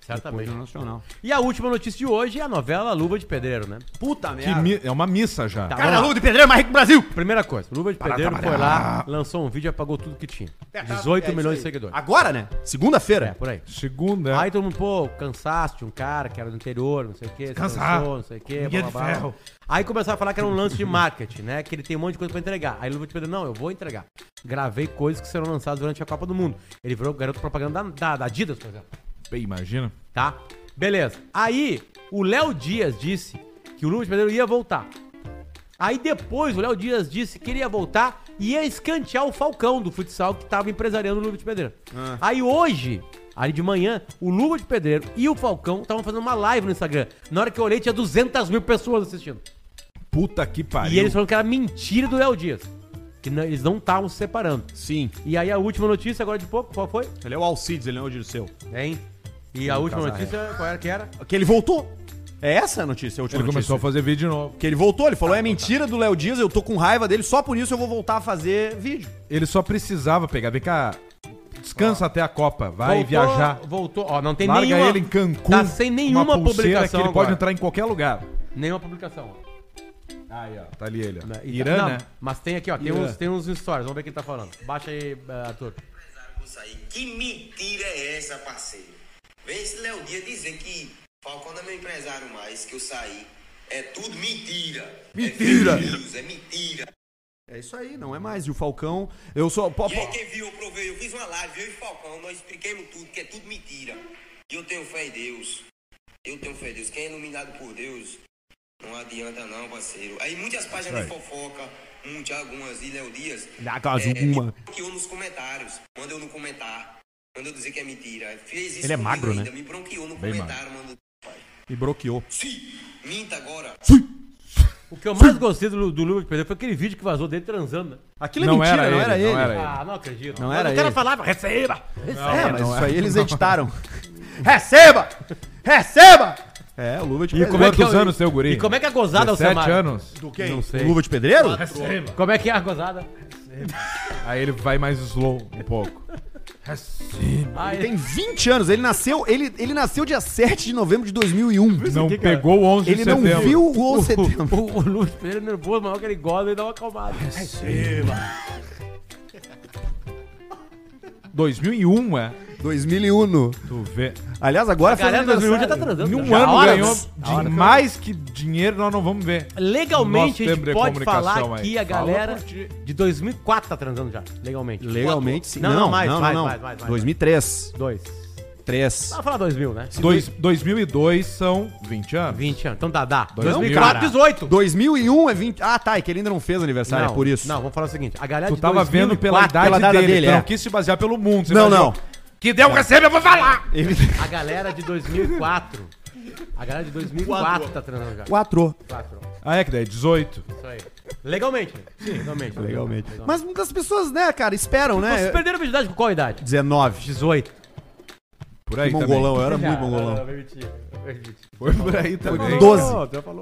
Certamente. Depois do Nacional. E a última notícia de hoje é a novela Luva de Pedreiro, né? Puta Que merda. mi- É uma missa já. Tá. Cara, Lula de Pedreiro é mais rico do Brasil. Primeira coisa, Luva de Pedreiro foi lá, lançou um vídeo e apagou tudo que tinha. É, 18 milhões de seguidores. Agora, né? É, Segunda-feira. por aí. Segunda. Aí todo mundo, pô, cansaste um cara que era do interior, não sei o quê, se Cansar. cansou, não sei o quê, Ninguém é blá, blá, de blá. ferro. Aí começaram a falar que era um lance de marketing, né? Que ele tem um monte de coisa pra entregar. Aí ele vai te pedir, não, eu vou entregar. Gravei coisas que serão lançadas durante a Copa do Mundo. Ele virou garoto propaganda da, da- da Adidas, por exemplo. Bem, Imagina. Tá? Beleza. Aí, o Léo Dias disse que o Lucas Pedreiro ia voltar. Aí depois o Léo Dias disse que ele ia voltar e ia escantear o Falcão do futsal que tava empresariando o Luva de Pedreiro. Aí hoje, ali de manhã, o Luva de Pedreiro e o Falcão estavam fazendo uma live no Instagram. Na hora que eu olhei, tinha 200 mil pessoas assistindo. Puta que pariu. E eles falaram que era mentira do Léo Dias. Que não- eles não estavam se separando. Sim. E aí a última notícia agora de pouco, qual foi? Ele é o Alcides, ele não é o Dirceu. Hein? E a última Casarré. notícia, qual era que era? Que ele voltou. É essa a notícia, a última Ele começou notícia. a fazer Ah, vídeo de novo. Que ele voltou, ele falou: é mentira do Léo Dias, eu tô com raiva dele, só por isso eu vou voltar a fazer vídeo. Ele só precisava pegar. Vem cá. Descansa até a Copa. Vai Voltou- viajar. Voltou, ó, não tem Larga nenhuma... ele em Cancún. Tá sem uma nenhuma pulseira publicação que ele agora. pode entrar em qualquer lugar. Nenhuma publicação, ó. Aí, ó. Tá ali ele, ó. Né? E- Irã, não, né? Mas tem aqui, ó, tem Irã. uns, tem uns stories, vamos ver o que ele tá falando. Baixa aí, eh, ator. empresário com isso aí. Que mentira é essa, parceiro? Vem esse Léo Dia dizer que Falcão não é meu empresário mais, que eu saí. É tudo mentira. Mentira. É, fake news, é mentira. É isso aí, não é mais. E o Falcão, eu sou. pô, E pô, aí quem viu, eu provei, eu fiz uma live, eu e Falcão, nós expliquemos tudo, que é tudo mentira. E eu tenho fé em Deus. Eu tenho fé em Deus. Quem é iluminado por Deus, não adianta não, parceiro. Aí muitas páginas de fofoca, muitas, algumas, e Léo Dias, Ah, É, caso uma. bloqueou tipo um nos comentários. Manda eu não comentar. Manda eu dizer que é mentira. Fez isso Ele é comigo magro, ainda. né? Me bronqueou no Bem comentário. Manda... E broqueou. Sim, minta agora. O que eu mais gostei do, Lu- do Luva de Pedreiro foi aquele vídeo que vazou dele transando, né? Aquilo é Não era ele, não era ele. Ah, não acredito. Não Mas era O cara ele. falava, receba! receba. É, mas não isso era, aí eles (laughs) não editaram. Receba! Receba! É, o Luva de E como é que Quantos é o- anos tem o guri? E como é que é a gozada, Sete Alcemar? anos. Do quem? Não sei. Luva de pedreiro? Como é que é a gozada? Aí ele vai mais slow um pouco. Ah, Ele tem 20 anos, ele nasceu, ele, ele nasceu dia 7 de novembro de 2001. Não que, cara? pegou o 11 Ele de não setembro. viu o gol de (laughs) setembro. O, o, o Luva de Pedreiro é nervoso, maior que ele goza e dá uma acalmada. 2001, é. 2001. Tu vê. Aliás, agora A galera faz do 2001 já tá é aniversário. transando. Em um já. ano Horas. ganhou de mais que dinheiro, nós não vamos ver. Nosso Legalmente a tempo de gente pode comunicação falar aí. que a Fala galera por ti. de 2004 tá transando já. Legalmente. Legalmente sim. Não, não, mais, mais, mais, mais, mais. 2003. Dois. 3. Vamos falar 2000, né? Dois, 2002 são 20 anos. 20 anos. Então dá, dá. Dois mil. 2004, 18. 2001 é 20. Ah, tá, é que ele ainda não fez aniversário, é por isso. Não, vamos falar o seguinte. A galera Tu tava vendo pela 2004, idade, pela idade dele, dele, tu é. não quis se basear pelo mundo. você Não, baseou. não. Que Deus recebe, eu vou falar! Ele A galera de 2004. A galera de 2004 tá transando já. 4. 4. Ah, é que daí, 18. Isso aí. Legalmente. Sim, legalmente. Legalmente. Mas muitas pessoas, né, cara, esperam, Vocês é- né? perderam a virgindade com qual idade? 19. 18. Por aí também. mongolão, eu era muito Ah, Não, não, mongolão. não, mentira. Mentira. Foi por aí também. 12.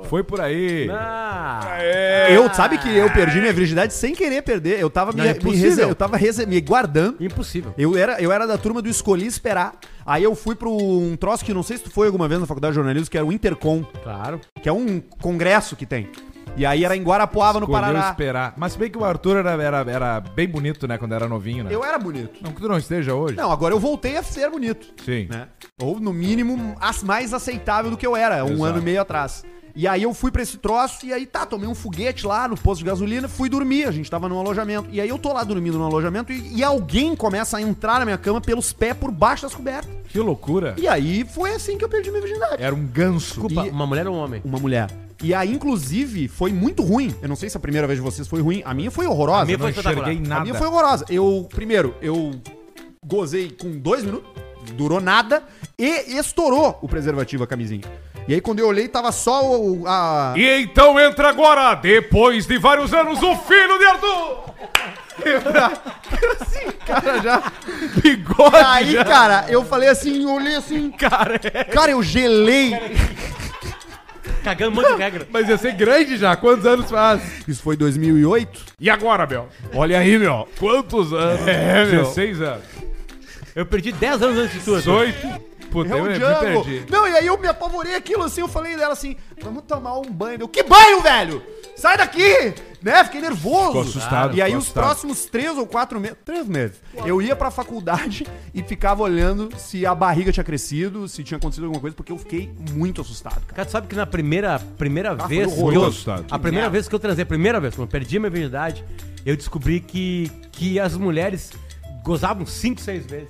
Foi por aí. Ah, É. Eu, sabe que eu perdi minha virgindade sem querer perder. Eu tava Não, me, é me possível. rese- eu tava rese- me guardando. impossível. Eu era, eu era da turma do Escolhi Esperar. Aí eu fui pra um troço que não sei se tu foi alguma vez na faculdade de jornalismo, que era o Intercom, Claro. que é um congresso que tem. E aí era em Guarapuava, no Escolheu Paraná. esperar. Mas se bem que o Arthur era, era, era bem bonito, né? Quando era novinho, né? Eu era bonito. Não que tu não esteja hoje. Não, agora eu voltei a ser bonito. Sim. né? Ou no mínimo as mais aceitável do que eu era, um Exato. ano e meio atrás. E aí eu fui pra esse troço e aí tá, tomei um foguete lá no posto de gasolina, fui dormir, a gente tava num alojamento. E aí eu tô lá dormindo num alojamento e, e alguém começa a entrar na minha cama pelos pés por baixo das cobertas. Que loucura. E aí foi assim que eu perdi minha virgindade. Era um ganso. Desculpa, E- uma mulher ou um homem? Uma mulher. E aí, inclusive, foi muito ruim. Eu não sei se a primeira vez de vocês foi ruim. A minha foi horrorosa. A minha Eu não foi espetacular. enxerguei nada. A minha foi um horrorosa. Eu, primeiro, eu gozei com dois minutos, durou nada, e estourou o preservativo, a camisinha. E aí, quando eu olhei, tava só o. A... E então entra agora, depois de vários anos, o filho de Arthur! Cara, já. Bigode! Aí, cara, eu falei assim, olhei assim. cara, é- Cara, eu gelei. Cagando um monte de regra. Mas ia ser grande já, quantos anos faz? Isso foi 2008. E agora, meu? Olha aí, meu. Quantos anos? É, meu. 16 anos. Eu perdi 10 anos antes de tu. Arthur. 18. Puta, eu, Eu, me É Django. perdi. Não, e aí eu me apavorei aquilo assim, eu falei dela assim, vamos tomar um banho. Eu, que banho, velho? Sai daqui! Né? Fiquei nervoso. Ficou assustado, E aí ficou os assustado. próximos três ou quatro meses. Três meses. Eu ia pra faculdade e ficava olhando se a barriga tinha crescido, se tinha acontecido alguma coisa, porque eu fiquei muito assustado, cara. Cara, tu sabe que na primeira, primeira vez. que horroroso. eu- Muito assustado. a primeira vez que eu transei, a primeira vez, quando eu perdi a minha virgindade, eu descobri que, que as mulheres gozavam 5, 6 vezes.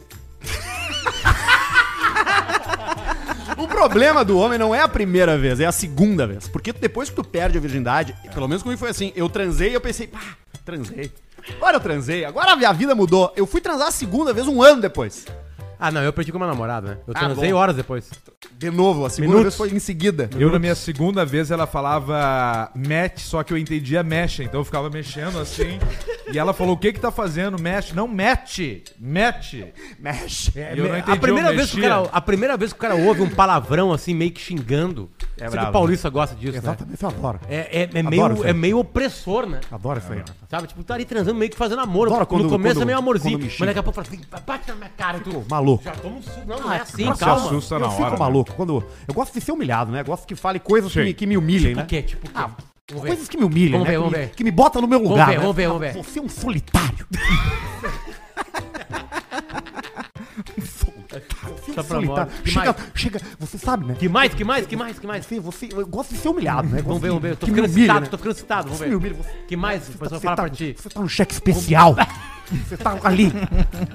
O problema do homem não é a primeira vez, é a segunda vez. Porque depois que tu perde a virgindade, pelo menos comigo foi assim, eu transei e eu pensei, pá, transei. Agora eu transei, agora a minha vida mudou. Eu fui transar a segunda vez um ano depois. Ah, não, eu perdi com uma namorada, né? Eu Ah, transei bom. horas depois. De novo, a segunda vez Minutos. foi em seguida. Eu, na minha segunda vez, ela falava match, só que eu entendia mexe, então eu ficava mexendo assim. e ela falou: o que que tá fazendo? Mexe. Não, match. Match. Mexe. E É eu não entendi. a, primeira eu vez que o mexia. cara, a primeira vez que o cara ouve um palavrão assim, meio que xingando. É que bravo, o paulista gosta disso, né? Exatamente, eu adoro. É, é, é Adoro isso meio, aí. é meio opressor, né? Adoro isso aí. Sabe? Tipo, tá ali transando, meio que fazendo amor. Adoro quando- no começo quando- é meio amorzinho. quando me Mas xinga. daqui a pouco fala assim, bate na minha cara. Tu, Maluco. já toma um suco. Não, não é assim, Nossa, calma. assusta. Tá eu na fico hora, né? maluco. Quando... Eu gosto de ser humilhado, né? Eu gosto que fale coisas que Sim. me, que me humilhem, Tipo né? o quê? Tipo o quê? Ah, Vamos ver. coisas que me humilhem, Vamos né? ver, que, vamos me, ver. que me botam no meu lugar, ver, né? vamos ver, Ah, vamos ver. Você é um (laughs) solitário. Você é Só um pra fora. solitário. Que Chega, mais? chega, você sabe, né? Que mais, que mais, que mais, que mais? Você, você, eu gosto de ser humilhado, né? Vamos ver, vamos ver. Eu tô Que me ficando humilha, excitado, né? tô ficando excitado. Vamos Você me humilha, ver. você- Que mais? O pessoal Você fala tá- pra ti. Você tá no cheque especial. você tá ali.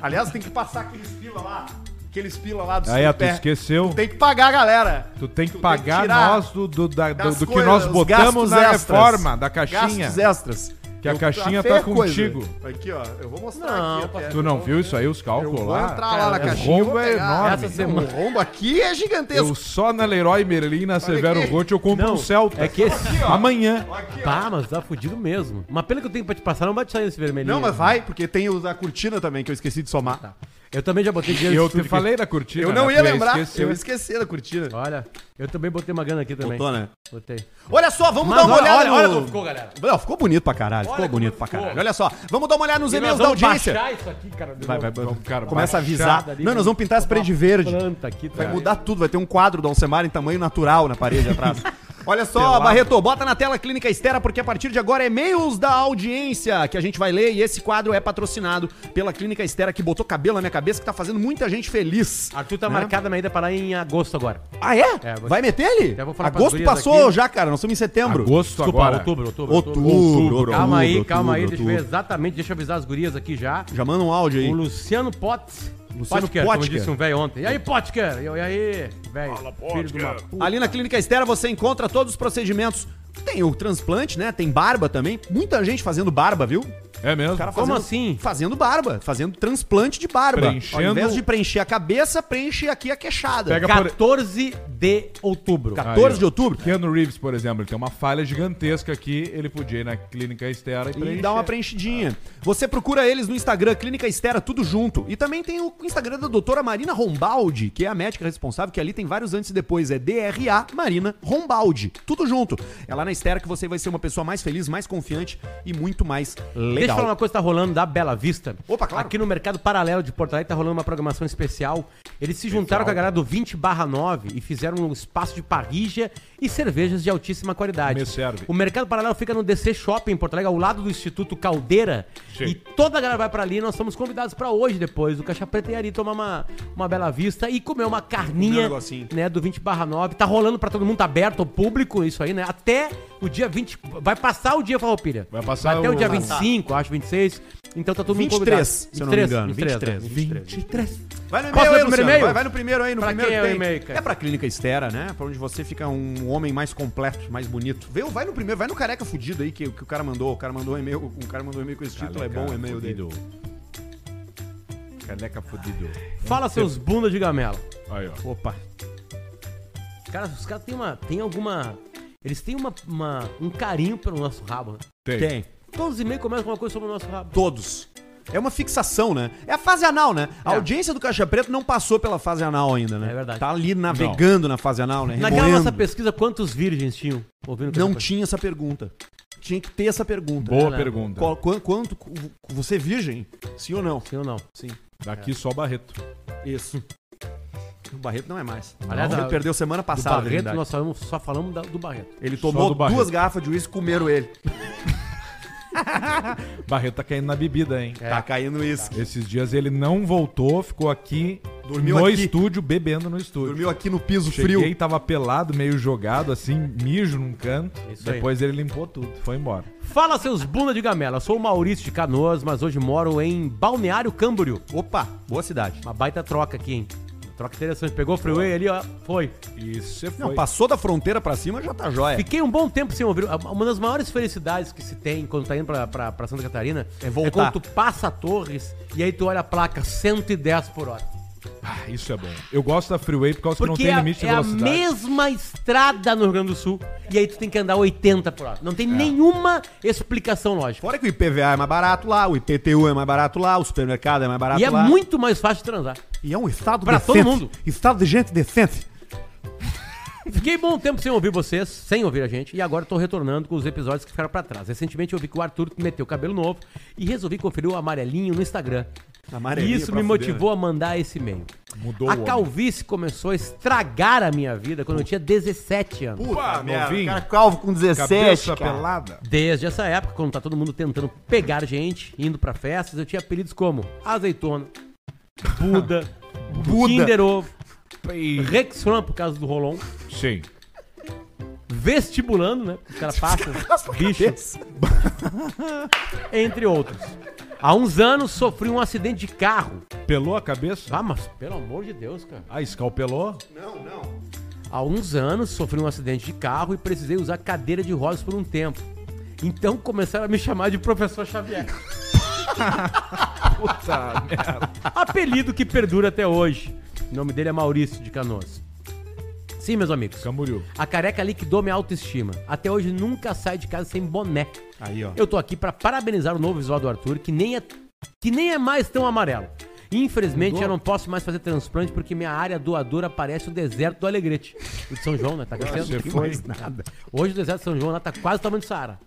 Aliás, tem que passar aqueles pila lá. Aqueles pila lá do Aí, seu ó, tu pé. esqueceu. Tu tem que pagar, galera. Tu tem que Tu tem que pagar tirar nós do, do, da- do, das do que coisas, nós os botamos gastos na extras. reforma da caixinha. Gastos extras. Que a Eu- caixinha feia tá contigo. Aqui, ó. Eu vou mostrar Não, aqui. até. Tu não viu isso aí, os Eu cálculos vou lá? entrar lá na o caixinha. eu rombo vou é pegar. enorme. Essa Não, O semana. rombo aqui é Eu gigantesco. só na Leroy Merlin, na Severo aqui. Roth, eu compro Não, um Celta. é que esse- Aqui, ó. Amanhã. Aqui, ó. Pá, mas tá fudido mesmo. Uma pena que eu tenho pra te passar, não bate sair nesse vermelhinho. Tá. Não, mas vai, porque tem o da cortina também, que eu esqueci de somar. Eu também já botei dinheiro Eu nesse te estúdio falei da cortina. Eu não né? ia Tu lembrar. esqueceu. Eu esqueci da cortina. aqui. Olha, eu também botei uma grana aqui também. Botou, né? Botei. Olha só, vamos Mas dar uma olha- olhada olha- olha no- como ficou, galera. Não, ficou bonito pra caralho. é ficou como bonito pra ficou. caralho. Olha só, vamos dar uma olhada nos E nós e-mails da vamos audiência. baixar isso aqui, cara. Vai, vai, vai. Vamos, cara, Começa a baixada avisar. ali, não, nós vamos pintar as paredes de verde. Planta aqui, tá? Vai mudar tudo, vai ter um quadro do Alcemar em tamanho natural na parede (laughs) atrás. Olha só, Barreto, bota na tela Clínica Estera, porque a partir de agora é e-mails da audiência que a gente vai ler e esse quadro é patrocinado pela Clínica Estera, que botou cabelo na minha cabeça, que tá fazendo muita gente feliz. Arthur tá Né? marcada minha ida pra lá em agosto agora. Ah, é? É, vou- Vai meter ele? Já vou falar com as Agosto gurias passou aqui. já, cara, nós estamos em setembro. Agosto agora. outubro, outubro, Outubro, outubro, Calma aí, outubro, calma aí, outubro. deixa eu ver exatamente, deixa eu avisar as gurias aqui já. Já manda um áudio aí. O Luciano Potts. Luciano Potker, como Potker. disse um velho ontem. E aí, Potker? E eu, e aí, velho? Filho de uma puta. Ali na Clínica Estera você encontra todos os procedimentos. Tem o transplante, né? Tem barba também. Muita gente fazendo barba, viu? É mesmo? O cara Como fazendo, assim? Fazendo barba, fazendo transplante de barba. Hum. Preenchendo- Ao invés de preencher a cabeça, preenche aqui a queixada. Pega- 14 de outubro. 14 Aí, de ó. outubro. Keanu Reeves, por exemplo, ele tem uma falha gigantesca aqui, ele podia ir na clínica estera e, E preencher. dá uma preenchidinha. Você procura eles no Instagram, Clínica Estera, tudo junto. E também tem o Instagram da doutora Marina Rombaldi, que é a médica responsável, que ali tem vários antes e depois. É DRA Marina Rombaldi. Tudo junto. É lá na Estera que você vai ser uma pessoa mais feliz, mais confiante e muito mais legal. Deixa eu falar uma coisa que tá rolando da Bela Vista. Opa, claro. Aqui no Mercado Paralelo de Porto Alegre tá rolando uma programação especial. Eles se juntaram com a galera do 20 barra 9 e fizeram um espaço de parrija e cervejas de altíssima qualidade. Me serve. O Mercado Paralelo fica no DC Shopping em Porto Alegre, ao lado do Instituto Caldeira. E toda a galera vai pra ali. Nós somos convidados pra hoje, depois, do Caixa Preta e ali tomar uma, uma Bela Vista e comer uma Comer um carninha negocinho. né, do 20 barra 9. Tá rolando pra todo mundo, tá aberto ao público isso aí, né? Até o dia 20, vai passar o dia, Farroupilha. Vai passar Até o, o- dia 25, acho, 26. Então tá todo mundo 23, se eu não me engano. 23, 23, 23. Vai no Posso e-mail ler aí, o primeiro Luciano. e-mail? Vai, vai no primeiro aí, no Pra primeiro quem é que o tem. e-mail, cara? É pra Clínica Estera, né? Pra onde você fica um homem mais completo, mais bonito. Vê, vai no primeiro, vai no careca fudido aí que, que o cara mandou. O cara mandou um e-mail, o cara mandou um e-mail com esse Tá título, é bom o e-mail dele. Caneca fudido. Fala seus bunda de gamela. Aí, ó. Opa. Cara, os caras têm uma. Tem alguma. Eles têm uma, uma- um carinho pelo nosso rabo, né? Tem. Tem. Todos os e-mails começam com uma coisa sobre o nosso rabo. Todos. É uma fixação, né? É a fase anal, né? A É. audiência do Caixa Preto não passou pela fase anal ainda, né? É verdade. Tá ali navegando na fase anal, né? Naquela Remoendo. nossa pesquisa, quantos virgens tinham? Ouvindo Não tinha. tinha essa pergunta. Tinha que ter essa pergunta. Boa Não, não. pergunta. Qual- quan- quanto, você é virgem? Sim ou não? Sim ou não? Sim. Daqui só Barreto. Isso. O Barreto não é mais. Aliás, ele a- perdeu semana Do passada. na Barreto, verdade. nós falamos- só falamos da- do Barreto. Ele Só tomou do Barreto. duas garrafas de uísque e comeram ele. Barreto tá caindo na bebida, hein? É. Tá caindo uísque. Esses dias ele não voltou, ficou aqui Dormiu no aqui. estúdio, bebendo no estúdio. Dormiu aqui no piso Cheguei, frio. tava pelado, meio jogado, assim, mijo num canto. Isso aí. Depois ele limpou tudo, foi embora. Fala seus bunda de gamela. Sou o Maurício de Canoas, mas hoje moro em Balneário Camboriú. Opa, boa cidade. Uma baita troca aqui, hein? Troca interessante. Pegou o freeway ali, ó. Foi. Isso você foi. Não, passou da fronteira pra cima, já tá jóia. Fiquei um bom tempo sem ouvir. Uma das maiores felicidades que se tem quando tá indo pra, pra, pra Santa Catarina É voltar. quando tu passa a Torres e aí tu olha a placa 110 por hora. Ah, isso é bom. Eu gosto da Freeway por causa que não Porque tem é, limite de é a velocidade. mesma estrada no Rio Grande do Sul e aí tu tem que andar 80 por hora. Não É. tem nenhuma explicação lógica. Fora que o IPVA é mais barato lá, o IPTU é mais barato lá, o supermercado é mais barato E é lá. muito mais fácil de transar. E é um estado Pra todo decente. mundo. Estado de gente decente. Fiquei bom tempo sem ouvir vocês, sem ouvir a gente, e agora tô retornando com os episódios que ficaram pra trás. Recentemente eu vi que o Arthur meteu cabelo novo e resolvi conferir o amarelinho no Instagram. Amarelinho Isso pra me fuder, motivou a mandar esse e-mail. Mudou o a homem. calvície começou a estragar a minha vida quando eu tinha 17 anos. Opa, novinho. calvo com Cabeça pelada. Desde essa época, quando tá todo mundo tentando pegar gente, indo pra festas, eu tinha apelidos como Azeitona, Buda, Buda. Kinder Ovo, Sim. Rexona por causa do Rolon, Vestibulando, né? Os caras passam, bicho, entre outros. Há uns anos sofri um acidente de carro. Pelou a cabeça? Ah, mas pelo amor de Deus, cara. Ah, escalpelou? Não, não. Há uns anos sofri um acidente de carro e precisei usar cadeira de rodas por um tempo. Então começaram a me chamar de professor Xavier. (laughs) Puta merda. Apelido que perdura até hoje. O nome dele é Maurício de Canoas. Sim, meus amigos. Camboriú. A careca liquidou minha autoestima. Até hoje nunca saio de casa sem boné. Aí, ó. Eu tô aqui pra parabenizar o novo visual do Arthur, que nem é, que nem é mais tão amarelo. Infelizmente, eu não posso mais fazer transplante porque minha área doadora parece o deserto do Alegrete. O de São João, né? Tá Você crescendo. foi. Nada. Hoje o deserto de São João lá tá quase o tamanho do Saara.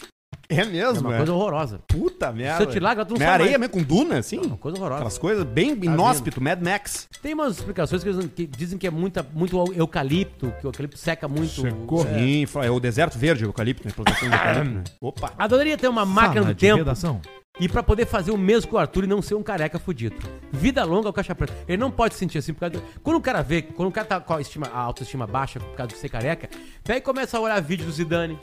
É É mesmo, uma é? coisa horrorosa. Puta merda. Se eu te largo, tu não Não é sai areia mais. É mesmo, com duna, assim? Uma coisa Tá horrorosa. Aquelas coisas bem inóspito, Mad Max. Tem umas explicações que, eles- que dizem que é muita, muito eucalipto, que o eucalipto seca muito. Secou. É. Sim, fala- é o deserto verde, eucalipto, né? Plantação de eucalipto, né? Opa. Adoraria ter uma máquina Sala do de tempo redação. e pra poder fazer o mesmo que o Arthur e não ser um careca fudido. Vida longa ao caixa preta. Ele não pode se sentir assim por causa do... Quando o cara vê, quando o cara tá com a, estima- a autoestima baixa por causa de ser careca, daí começa a olhar vídeo do Zidane,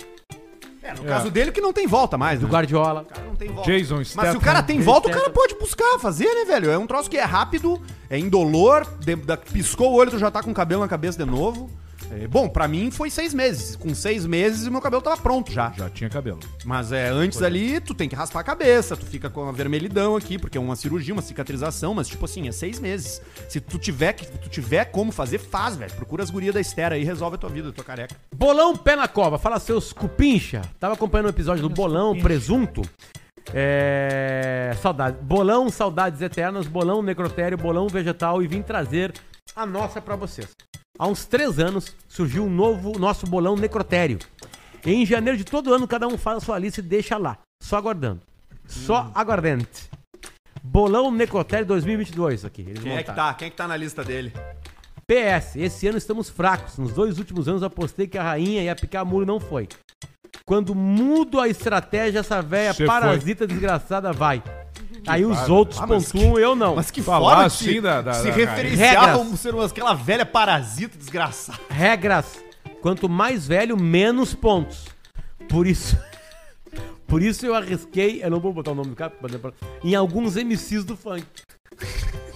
É, no caso dele que não tem volta mais, do né? Guardiola. O cara não tem volta. Jason Mas se Statham. o cara tem volta, o cara Statham. pode buscar, fazer, né, velho? É um troço que é rápido, é indolor, de- da- piscou o olho, tu já tá com o cabelo na cabeça de novo. É, bom, pra mim foi seis meses. Com seis meses, o meu cabelo tava pronto já. Já tinha cabelo. Mas é, antes ali, tu tem que raspar a cabeça, tu fica com a vermelhidão aqui, porque é uma cirurgia, uma cicatrização, mas tipo assim, é seis meses. Se tu tiver, que- tu tiver como fazer, faz, velho. Procura as gurias da estera aí, resolve a tua vida, a tua careca. Bolão Pé na Cova, fala seus cupincha. Tava acompanhando o episódio do Bolão Presunto. É. Saudade. Bolão Saudades Eternas, Bolão Necrotério, Bolão Vegetal e vim trazer a nossa pra vocês. Há uns três anos surgiu um novo nosso Bolão Necrotério. Em janeiro de todo ano, cada um faz a sua lista e deixa lá, só aguardando. Hum. Só aguardente. Bolão Necrotério 2022 aqui. Eles Quem é que montaram. tá? Quem é que tá na lista dele? PS, esse ano estamos fracos. Nos dois últimos anos apostei que a rainha ia picar muro e não foi. Quando mudo a estratégia, essa velha Cê parasita desgraçada vai. Aí os outros pontuam, eu não. Ah, Mas que Falar foda assim que da- da- se da- referenciava Regras. como ser uma, aquela velha parasita desgraçada. Regras. Quanto mais velho, menos pontos. Por isso. (laughs) Por isso eu arrisquei. Eu não vou botar o nome do cara. pra- pra- Em alguns MCs do funk. (laughs)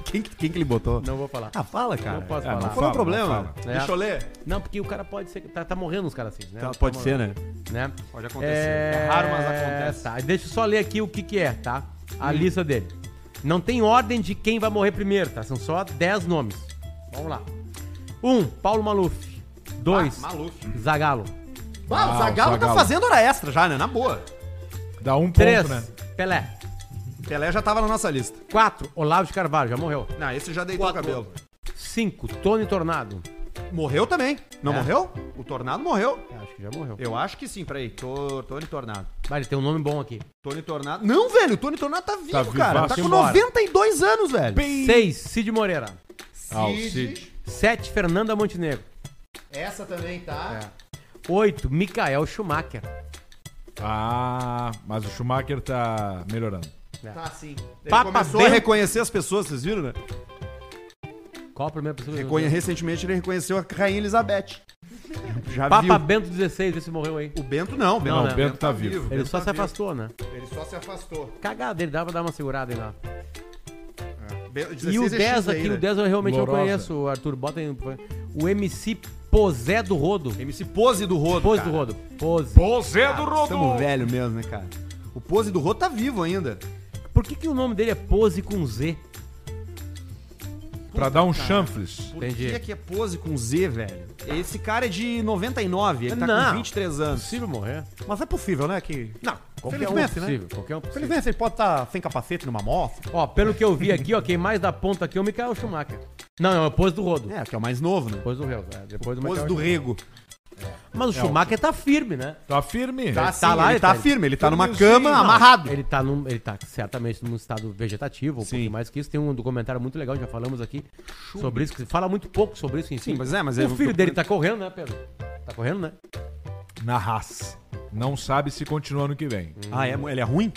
Quem, que- quem que ele botou? Não vou falar. Ah, fala, cara. Não posso É, falar. Não foi um Fala, problema. não fala. Deixa eu ler. Não, porque o cara pode ser. Tá, tá morrendo os caras assim, né? Tá, pode ser, né? né? Pode acontecer. É raro, mas acontece. Hum. Tá, deixa eu só ler aqui o que que é, tá? A lista dele. Não tem ordem de quem vai morrer primeiro, tá? São só 10 nomes. Vamos lá. 1. Um, Paulo Maluf. 2. Ah, Maluf. Zagalo. Ah, o Ah, Zagallo o tá Zagallo. fazendo hora extra já, né? Na boa. Dá um 3. ponto, né? Pelé. Pelé já tava na nossa lista. 4. Olavo de Carvalho, já morreu. Não, esse já deitou o cabelo. 5. Tony Tornado. Morreu também. Não É. morreu? O Tornado morreu. Eu Ah, Acho que já morreu. Eu acho que sim, peraí. Tô- Tony Tornado. Vai, ele tem um nome bom aqui. Tony Tornado. Não, velho, o Tony Tornado tá vivo, Tá vivaço. cara. Tá com Simbora. 92 anos, velho. 6. Cid Moreira. Ah, o Cid. 7. Fernanda Montenegro. Essa também tá. 8. Michael Schumacher. Ah, mas o Schumacher tá melhorando. Tá sim. Ele Papa começou a Bento. reconhecer as pessoas, vocês viram, né? Qual a primeira pessoa que Reconhe- Recentemente ele reconheceu a Rainha Elizabeth. Já Papa viu. Bento XVI, esse morreu aí. O Bento não, o Bento Não, Não, né? o Bento tá vivo. Ele só se afastou, né? Ele só se afastou. Cagada, ele dava pra dar uma segurada aí lá. Be- E o 16 é 10 X aqui, ainda. o 10 eu realmente não Lorosa. conheço, Arthur. Bota aí. O MC Posé do Rodo. MC Pose do Rodo. Pose cara. do Rodo. Pose. Você do Estamos velho mesmo, né, cara? O Pose do Rodo tá vivo ainda. Por que, que o nome dele é Pose com Z? Pra dar um chanfles. Por Entendi. que é que é Pose com Z, velho? Esse cara é de 99, ele tá Não. com 23 anos. Possível morrer. Mas é possível, né? Que... Não, Qualquer um felizmente, né? possível. Qualquer um possível. Felizmente ele pode estar sem capacete numa moto. Ó, pelo que eu vi aqui, ó, quem mais dá ponta aqui é o Michael Schumacher. Não, não, é o Pose do Rodo. É, que é o mais novo, né? Depois do Rego. É, depois do Pose Michael do Schumacher. Rego. Mas o Schumacher tá firme, né? Tá firme. Tá, sim, tá lá, ele tá firme, ele tá numa cama Não, amarrado. Ele tá, num, ele tá certamente num estado vegetativo, um Sim. pouquinho mais que isso. Tem um documentário muito legal, já falamos aqui sobre isso, que fala muito pouco sobre isso, enfim. Sim, mas é, mas o um é- filho dele tá correndo, né, Pedro? Tá correndo, né? Na raça. Não sabe se continua ano que vem. Ah, é, ele é ruim?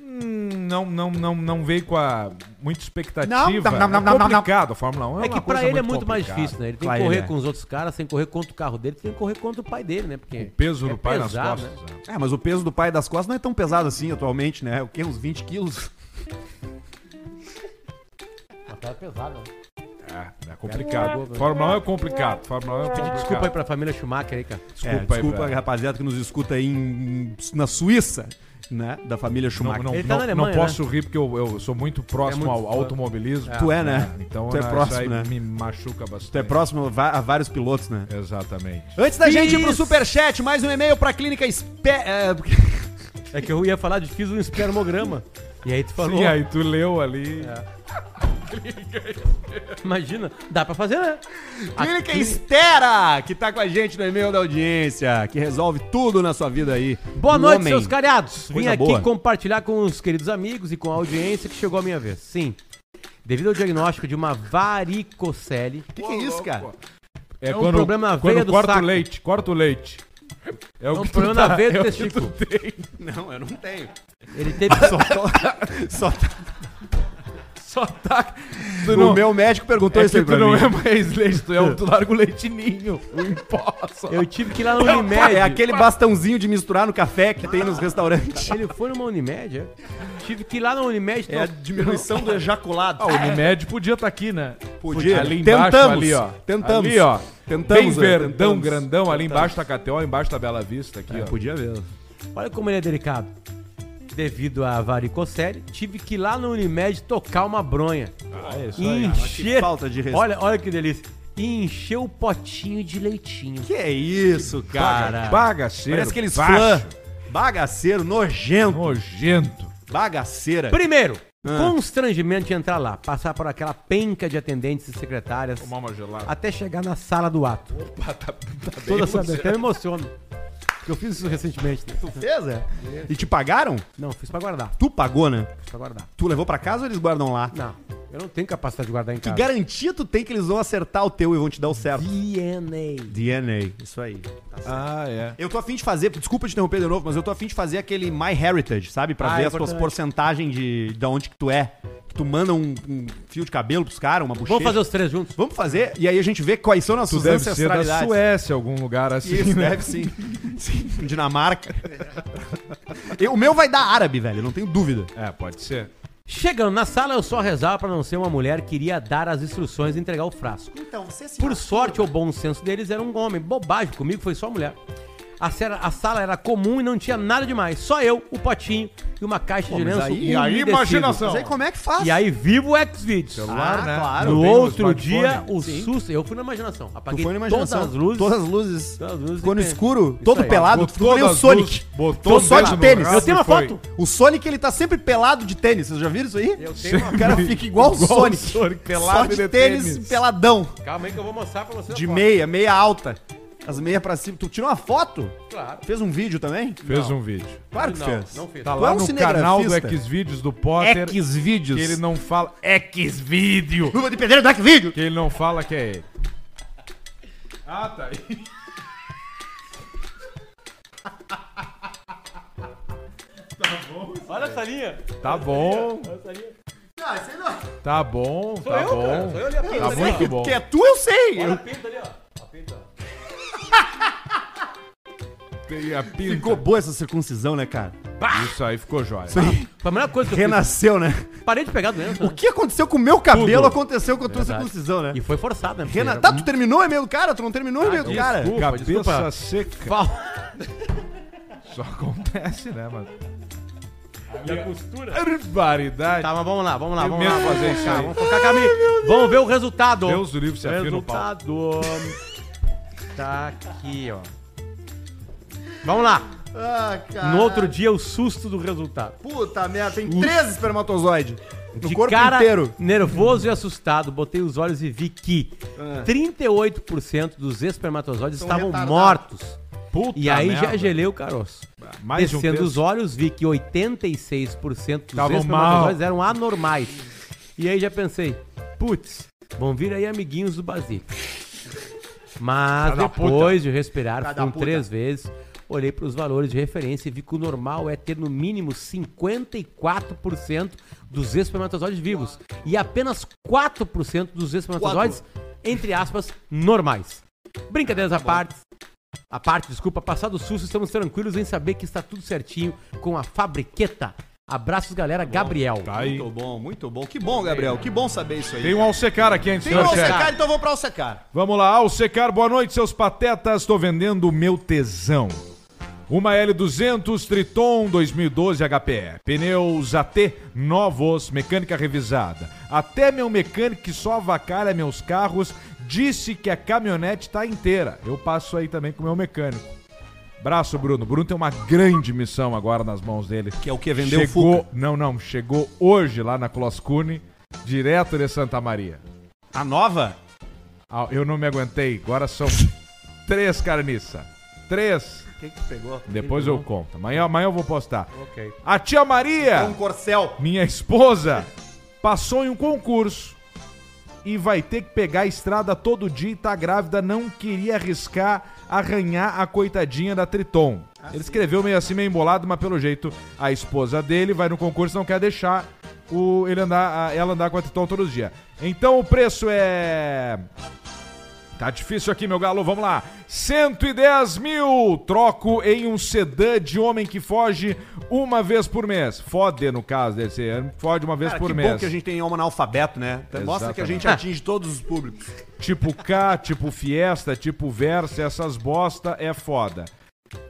Hum, Não, não, não, não veio com a muita expectativa. Não, não, não, não, não, é não. complicado. A Fórmula 1 é É que uma pra coisa ele é muito mais complicada. difícil, né? Ele tem Pra que correr ele é. com os outros caras, sem correr contra o carro dele, tem que correr contra o pai dele, né? Porque O peso é do pai pesado, nas costas. né? É, mas o peso do pai das costas não é tão pesado assim atualmente, né? O quê? Uns 20 quilos? Né? Tá pesado, né? É, é complicado. Fórmula 1 é complicado. Fórmula 1 é complicado. Desculpa aí pra família Schumacher aí, cara. Desculpa, é, aí, desculpa Fred. rapaziada que nos escuta aí em- na Suíça, né? Da família Não, Schumacher. não, Ele tá não- na não Alemanha, posso rir porque eu, eu sou muito próximo É muito ao fã. automobilismo. Tu é, né? Então Tu é né, próximo, isso aí né? me machuca bastante. Tu é próximo a va- a vários pilotos, né? Exatamente. Antes da gente ir pro Fiz. superchat, mais um e-mail pra clínica Espe... é, (laughs) É que eu ia falar de fiz um espermograma. E aí tu falou, É. E aí, tu leu ali. imagina, dá pra fazer, né? é Clínica Estera, que tá com a gente no e-mail da audiência, que resolve tudo na sua vida aí. Boa Um noite, homem. seus cariados. Vim Coisa aqui boa. compartilhar com os queridos amigos e com a audiência que chegou a minha vez. Sim. Devido ao diagnóstico de uma varicocele, Que que é isso, cara? É, um problema na quando veia do corta saco. o leite, corta o leite. É o É um que tu problema na tá- veia do é o que testículo. tu tem. Não, eu não tenho. ele teve. (laughs) Só tô- só tá- Só tá. Tu o não, meu médico perguntou é isso que aí pra tu não mim. é mais leite, tu, é, (laughs) o- tu larga o leitinho, o imposto. Eu tive que ir lá na Unimed. É aquele bastãozinho de misturar no café que tem nos restaurantes. Ele foi numa Unimed, é? Tive que ir lá na Unimed. É a diminuição do ejaculado. Ah, o Unimed podia estar aqui, né? Podia. Ali embaixo, Tentamos, ali, ó. tentamos. Ali, ó. Tentamos, Bem é, verdão, tentamos. grandão, ali embaixo da KTO, embaixo da Bela Vista, aqui, ó. Podia ver. Olha como ele é delicado. Devido à varicocele, tive que ir lá na Unimed tocar uma bronha. Ah, é isso aí. Encher. que falta de respeito. Olha, olha que delícia. Encher o potinho de leitinho. Que é isso, cara? Bagaceiro. Parece aqueles baixo, fã. Bagaceiro, nojento. Nojento. Bagaceira. Primeiro, Ah. constrangimento de entrar lá, passar por aquela penca de atendentes e secretárias, Tomar uma gelada. até chegar na sala do ato. Opa, tá, tá bem Toda essa você. até me emociono. Porque eu fiz isso recentemente. né? é? Beleza? E te pagaram? Não, fiz pra guardar. Tu pagou, né? Fiz pra guardar. Tu levou pra casa ou eles guardam lá? Não, eu não tenho capacidade de guardar em Que casa. garantia tu tem que eles vão acertar o teu e vão te dar o certo? DNA. DNA, isso aí. Ah, é. Eu tô afim de fazer, desculpa te interromper de novo, mas eu tô afim de fazer aquele My Heritage, sabe? Pra Ah, ver é as tuas importante. porcentagens de, de onde que tu é. Que tu manda um, um fio de cabelo pros caras, uma bochecha. Vamos fazer os três juntos? Vamos fazer, e aí a gente vê quais são Tu nossas deve ser da ancestralidades. Suécia, algum lugar assim, Isso, né? deve sim. sim. Dinamarca. E o meu vai dar árabe, velho, não tenho dúvida. É, pode ser. Chegando na sala, eu só rezava pra não ser uma mulher que iria dar as instruções e entregar o frasco. Então, você se Por sorte ou bom senso deles, era um homem. Bobagem, comigo foi só mulher. A, cera- a sala era comum e não tinha nada demais. Só eu, o potinho e uma caixa de lenço. aí- aí umedecido. imaginação. Mas aí como é que faz? E aí vivo o Xvideos. Celular, né? claro. Ah, Eu no tenho um outro smartphone. né? dia, o susto. Eu fui na imaginação. Apaguei todas as luzes. Todas as luzes. Todas as luzes Ficou no e- escuro, Isso todo aí. pelado, Botou ficou meio das Sonic. luzes, botou Ficou o só dedo de no tênis. rabo Eu tenho uma e foi. foto. O Sonic, ele tá sempre pelado de tênis. Vocês já viram isso aí? Eu tenho uma- O cara fica igual o Igual o Sonic. Sonic, pelado só de de tênis, tênis. peladão. Calma aí que eu vou mostrar pra você. De meia, meia alta. As meias pra cima. Tu tirou uma foto? Claro. Fez um vídeo também? Fez um vídeo. Claro que Não, fez. não fiz. Tá Tu lá é um no canal do cinegrafista. Xvideos do Potter. Xvideos. Que ele não fala Xvideo. Luva de pedreiro do Xvideo. Que ele não fala que é ele. Ah, tá aí. (laughs) Olha essa linha. Tá bom, Não, esse aí não. tá bom, Sou tá eu, cara. bom. Sou eu ali a pinta Tá ali. ó. muito bom. Que é tu, eu sei. Olha a Eu- pinta ali, ó. A pinta, ó. Tem a pinta. Ficou boa essa circuncisão, né, cara? Isso aí ficou jóia. Foi a melhor coisa que eu fiz. Renasceu, né? Parei de pegar doença. né? O que aconteceu com o meu cabelo Tudo. aconteceu com a tua circuncisão, né? E foi forçada, né? Renan, Ah, tá, tu terminou o e-mail do cara? Tu não terminou o e-mail do cara? desculpa. Cabeça desculpa. seca. Só acontece, né, mano? E a costura. Barbaridade. Tá, mas vamos lá, vamos lá, Tem vamos lá. medo de fazer vamos isso focar, aí. Vamos focar, Camille. Vamos ver o resultado. Deus do livro se afia no pau. Resultado. Tá aqui, ó. Vamos lá. Ah, cara. No outro dia, o susto do resultado. Puta merda, tem três espermatozoides. No De corpo cara inteiro. nervoso e assustado, botei os olhos e vi que 38% dos espermatozoides estavam Ah. retardados. mortos. Puta E aí merda. já gelei o caroço. Mais de um Descendo terço. os olhos, vi que 86% dos Tavam espermatozoides eram anormais. E aí já pensei, putz, vão vir aí amiguinhos do Basílio. Mas Cada depois de respirar Cada com puta. três vezes, olhei para os valores de referência e vi que o normal é ter no mínimo 54% dos espermatozoides vivos e apenas 4% dos espermatozoides, entre aspas, normais. Brincadeiras à parte, a parte, desculpa, passado o susto, estamos tranquilos em saber que está tudo certinho com a Fabriqueta. Abraços, galera. Gabriel. Tá aí. bom, muito bom. Que bom, Gabriel. Que bom saber isso aí. Tem um alcecar aqui antes, Tem senhor um chefe. secar, então eu vou pra secar. Vamos lá, Alcecar, boa noite, seus patetas. Tô vendendo o meu tesão. Uma L200 Triton 2012 HPE. Pneus AT novos, mecânica revisada. Até meu mecânico que só avacalha meus carros disse que a caminhonete tá inteira. Eu passo aí também com o meu mecânico. Braço, Bruno. Bruno tem uma grande missão agora nas mãos dele. Que é o quê? Vender o chegou, Não, não. Chegou hoje lá na Closcune, direto de Santa Maria. A nova? Ah, eu não me aguentei. Agora são três carniça. Três. O que que tu pegou? Depois eu conto. Amanhã, amanhã eu vou postar. Ok. A tia Maria, Um corcel. minha esposa, passou em um concurso e vai ter que pegar a estrada todo dia e tá grávida. Não queria arriscar arranhar a coitadinha da Triton. Ele escreveu meio assim, meio embolado, mas pelo jeito a esposa dele vai no concurso e não quer deixar o, ele andar, a- ela andar com a Triton todos os dias. Então o preço é. Tá difícil aqui, meu galo, vamos lá. 110 mil, troco em um sedã de homem que foge uma vez por mês. Fode, no caso, deve ser. Fode uma vez Cara, por que mês. bom que a gente tem alma analfabeto, né? Mostra que a gente atinge todos os (laughs) públicos. Tipo K, tipo Fiesta, tipo Versa, essas bosta é foda.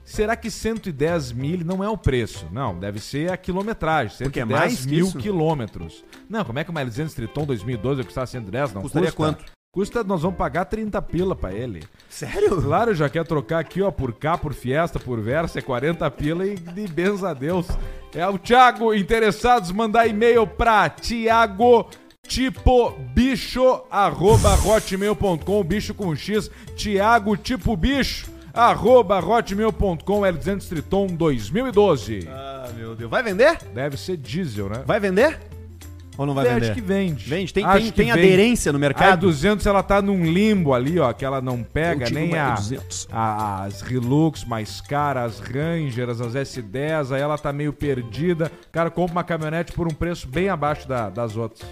Será que 110 mil não é o preço? Não, deve ser a quilometragem. 110 Porque é mais que mil isso? quilômetros. Não, como é que uma L200 Triton 2012 vai custar 110? Não Custaria custa. quanto? Custa, nós vamos pagar 30 pila pra ele. Sério? Claro, já quer trocar aqui, ó, por K, por Fiesta, por Versa, é 40 pila e de benza a Deus. É o Thiago, interessados, mandar e-mail pra Thiago tipo bicho arroba hotmail.com, bicho com X, Thiago tipo bicho arroba hotmail.com L200 Triton 2012. Ah, meu Deus. Vai vender? Deve ser diesel, né? Vai vender? Ou não vai Acho vender? que vende. Vende. Tem, Acho tem, que tem vende. aderência no A mercado? 200 Ah, é ela tá num limbo ali, ó, que ela não pega Eu tive nem uma a, E200. a- as Hilux mais caras, as Rangers, as S10, aí ela tá meio perdida. O cara compra uma caminhonete por um preço bem abaixo da- das outras.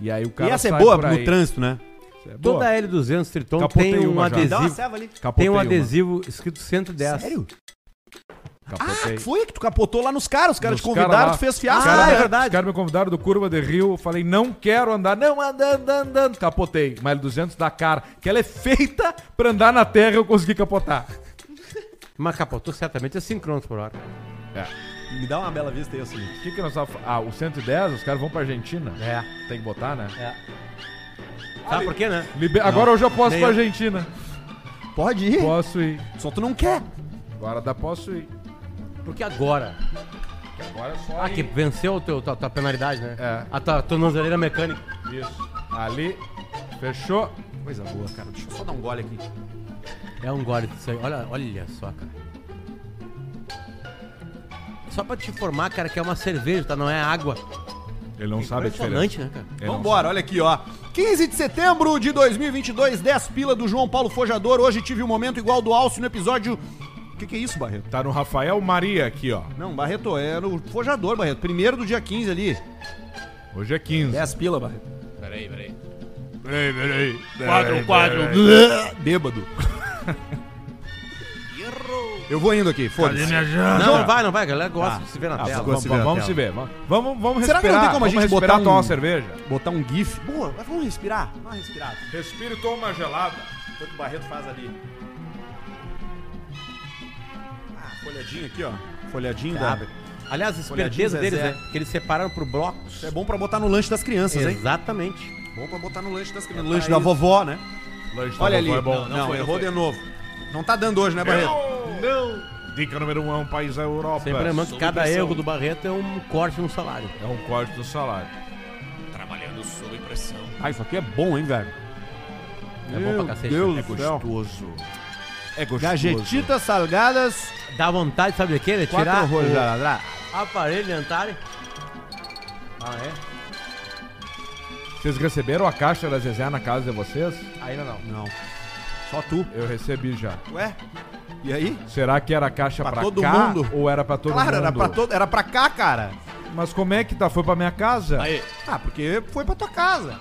E aí o E cara essa é sai boa por no aí. trânsito, né? Essa é boa. Toda L200 Triton Capotei tem um uma já. Dá adesivo. ali. Tem um uma. adesivo escrito 110. Sério? Capotei. Ah, foi que tu capotou lá nos caras. Os caras Os te convidaram, cara lá- tu fez os fiasco. né? cara- Ah, é verdade. Os caras me convidaram do Curva de Rio. Eu falei, não quero andar. Não, andando, andando. Capotei. Uma L200 da cara. Que ela é feita pra andar na terra eu consegui capotar. Mas capotou certamente a 5 km por hora. É. Me dá uma bela vista aí, assim. O que que nós tava... fa- Ah, o 110, os caras vão pra Argentina. É. Tem que botar, né? É. Sabe por quê, né? Liber- Agora hoje eu posso ir Nem pra eu. Argentina. Pode ir. Posso ir. Só tu não quer. Agora dá posso ir. Porque agora. Porque Agora é só Ah, ir. que venceu o teu- tua, tua penalidade, né? É. A tua tornozeleira mecânica. Isso. Ali. Fechou. Coisa boa, cara. Deixa eu só dar um gole aqui. É um gole disso aí. Olha, olha só, cara. Só pra te informar, cara, que é uma cerveja, tá? Não é água. Ele não sabe a diferença. Impressionante, né, cara? Ele É, não Vambora, olha aqui, ó. 15 de setembro de 2022, 10 pila do João Paulo Fojador. Hoje tive um momento igual do Alcio no episódio. O que, que é isso, Barreto? sabe. Tá no Rafael Maria aqui, ó. Não, Barreto, era o Fojador, Barreto. Primeiro do dia 15 ali. Hoje é 15. 10 pila, Barreto. Peraí, peraí. Peraí, peraí. Quadro, quadro. É (laughs) Bêbado. Eu vou indo aqui, foda-se. Não, não vai, não vai, a galera gosta Tá. de se ver na Ah, tela. ficou- Vamos, se vamos, ver vamos na se ver. Vamos, vamos, vamos Será respirar. que não tem como a vamos gente respirar, botar tomar um- uma cerveja? Botar um gif. Boa, mas vamos respirar. Dá uma respirada. Respira e toma uma gelada. O que o Barreto faz ali? Ah, folhadinho aqui, ó. Folhadinho da... Abre. Aliás, a Olhadinho, esperteza deles, Zezé. né? Que eles separaram pro blocos. Isso é bom pra botar no lanche das crianças, hein? Exatamente. Bom pra botar no lanche das crianças. No lanche da vovó, né? Lanche Olha da ali. vovó É não, bom. não, errou de novo. Não tá dando hoje, né, Barreto? Não. não. Dica número um é um país da Europa. Sempre é lembrando que cada erro do Barreto é um corte no salário. É um corte do salário. Trabalhando sob pressão. Ah, isso aqui é bom, hein, velho? É bom pra cacete. né? é gostoso. É gostoso. Gagetitas salgadas, Dá vontade, sabe de quê? De tirar quatro rolos. o da- aparelho dentário. Ah, é? Vocês receberam a caixa da Zezé na casa de vocês? Ainda não. Não. Só tu. Eu recebi já. Ué? E aí? Será que era a caixa Pra pra, todo cá mundo? ou era pra todo claro, mundo? era pra, todo, era pra cá, cara. Mas como é que tá? Foi pra minha casa? Aí. Ah, porque foi pra tua casa.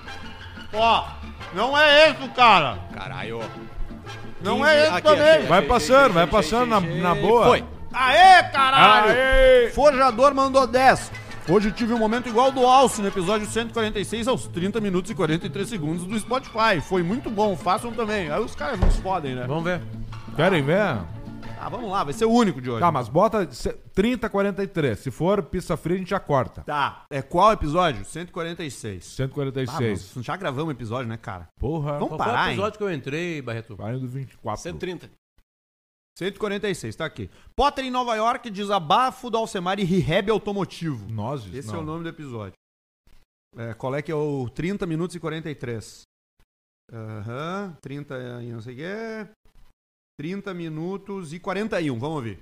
Ó, não é isso, cara. Caralho. Não é isso também. Vai passando, vai passando na, na boa. Foi. Aê, caralho. Aê! Forjador mandou 10. Hoje tive um momento igual do Alce no episódio 146 aos 30 minutos e 43 segundos do Spotify. Foi muito bom, façam também. Aí os caras nos fodem, né? Vamos ver. Querem ver? Ah, vamos lá, vai ser o único de hoje. Tá, mas bota se- 30, 43. Se for pista fria, a gente já corta. Tá. É qual episódio? 146. Ah, mas 146. já gravamos um episódio, né, cara? Porra. Vamos Qual parar, foi o hein? episódio que eu entrei, Barreto? Vai do 24. 130. 146, tá aqui. Potter em Nova York, desabafo do Alcemar e rehab automotivo. Nozes? Esse Não. é o nome do episódio. É, qual é que é o 30 minutos e 43? Aham, 30 e não sei o quê. 30 minutos e 41, vamos ouvir.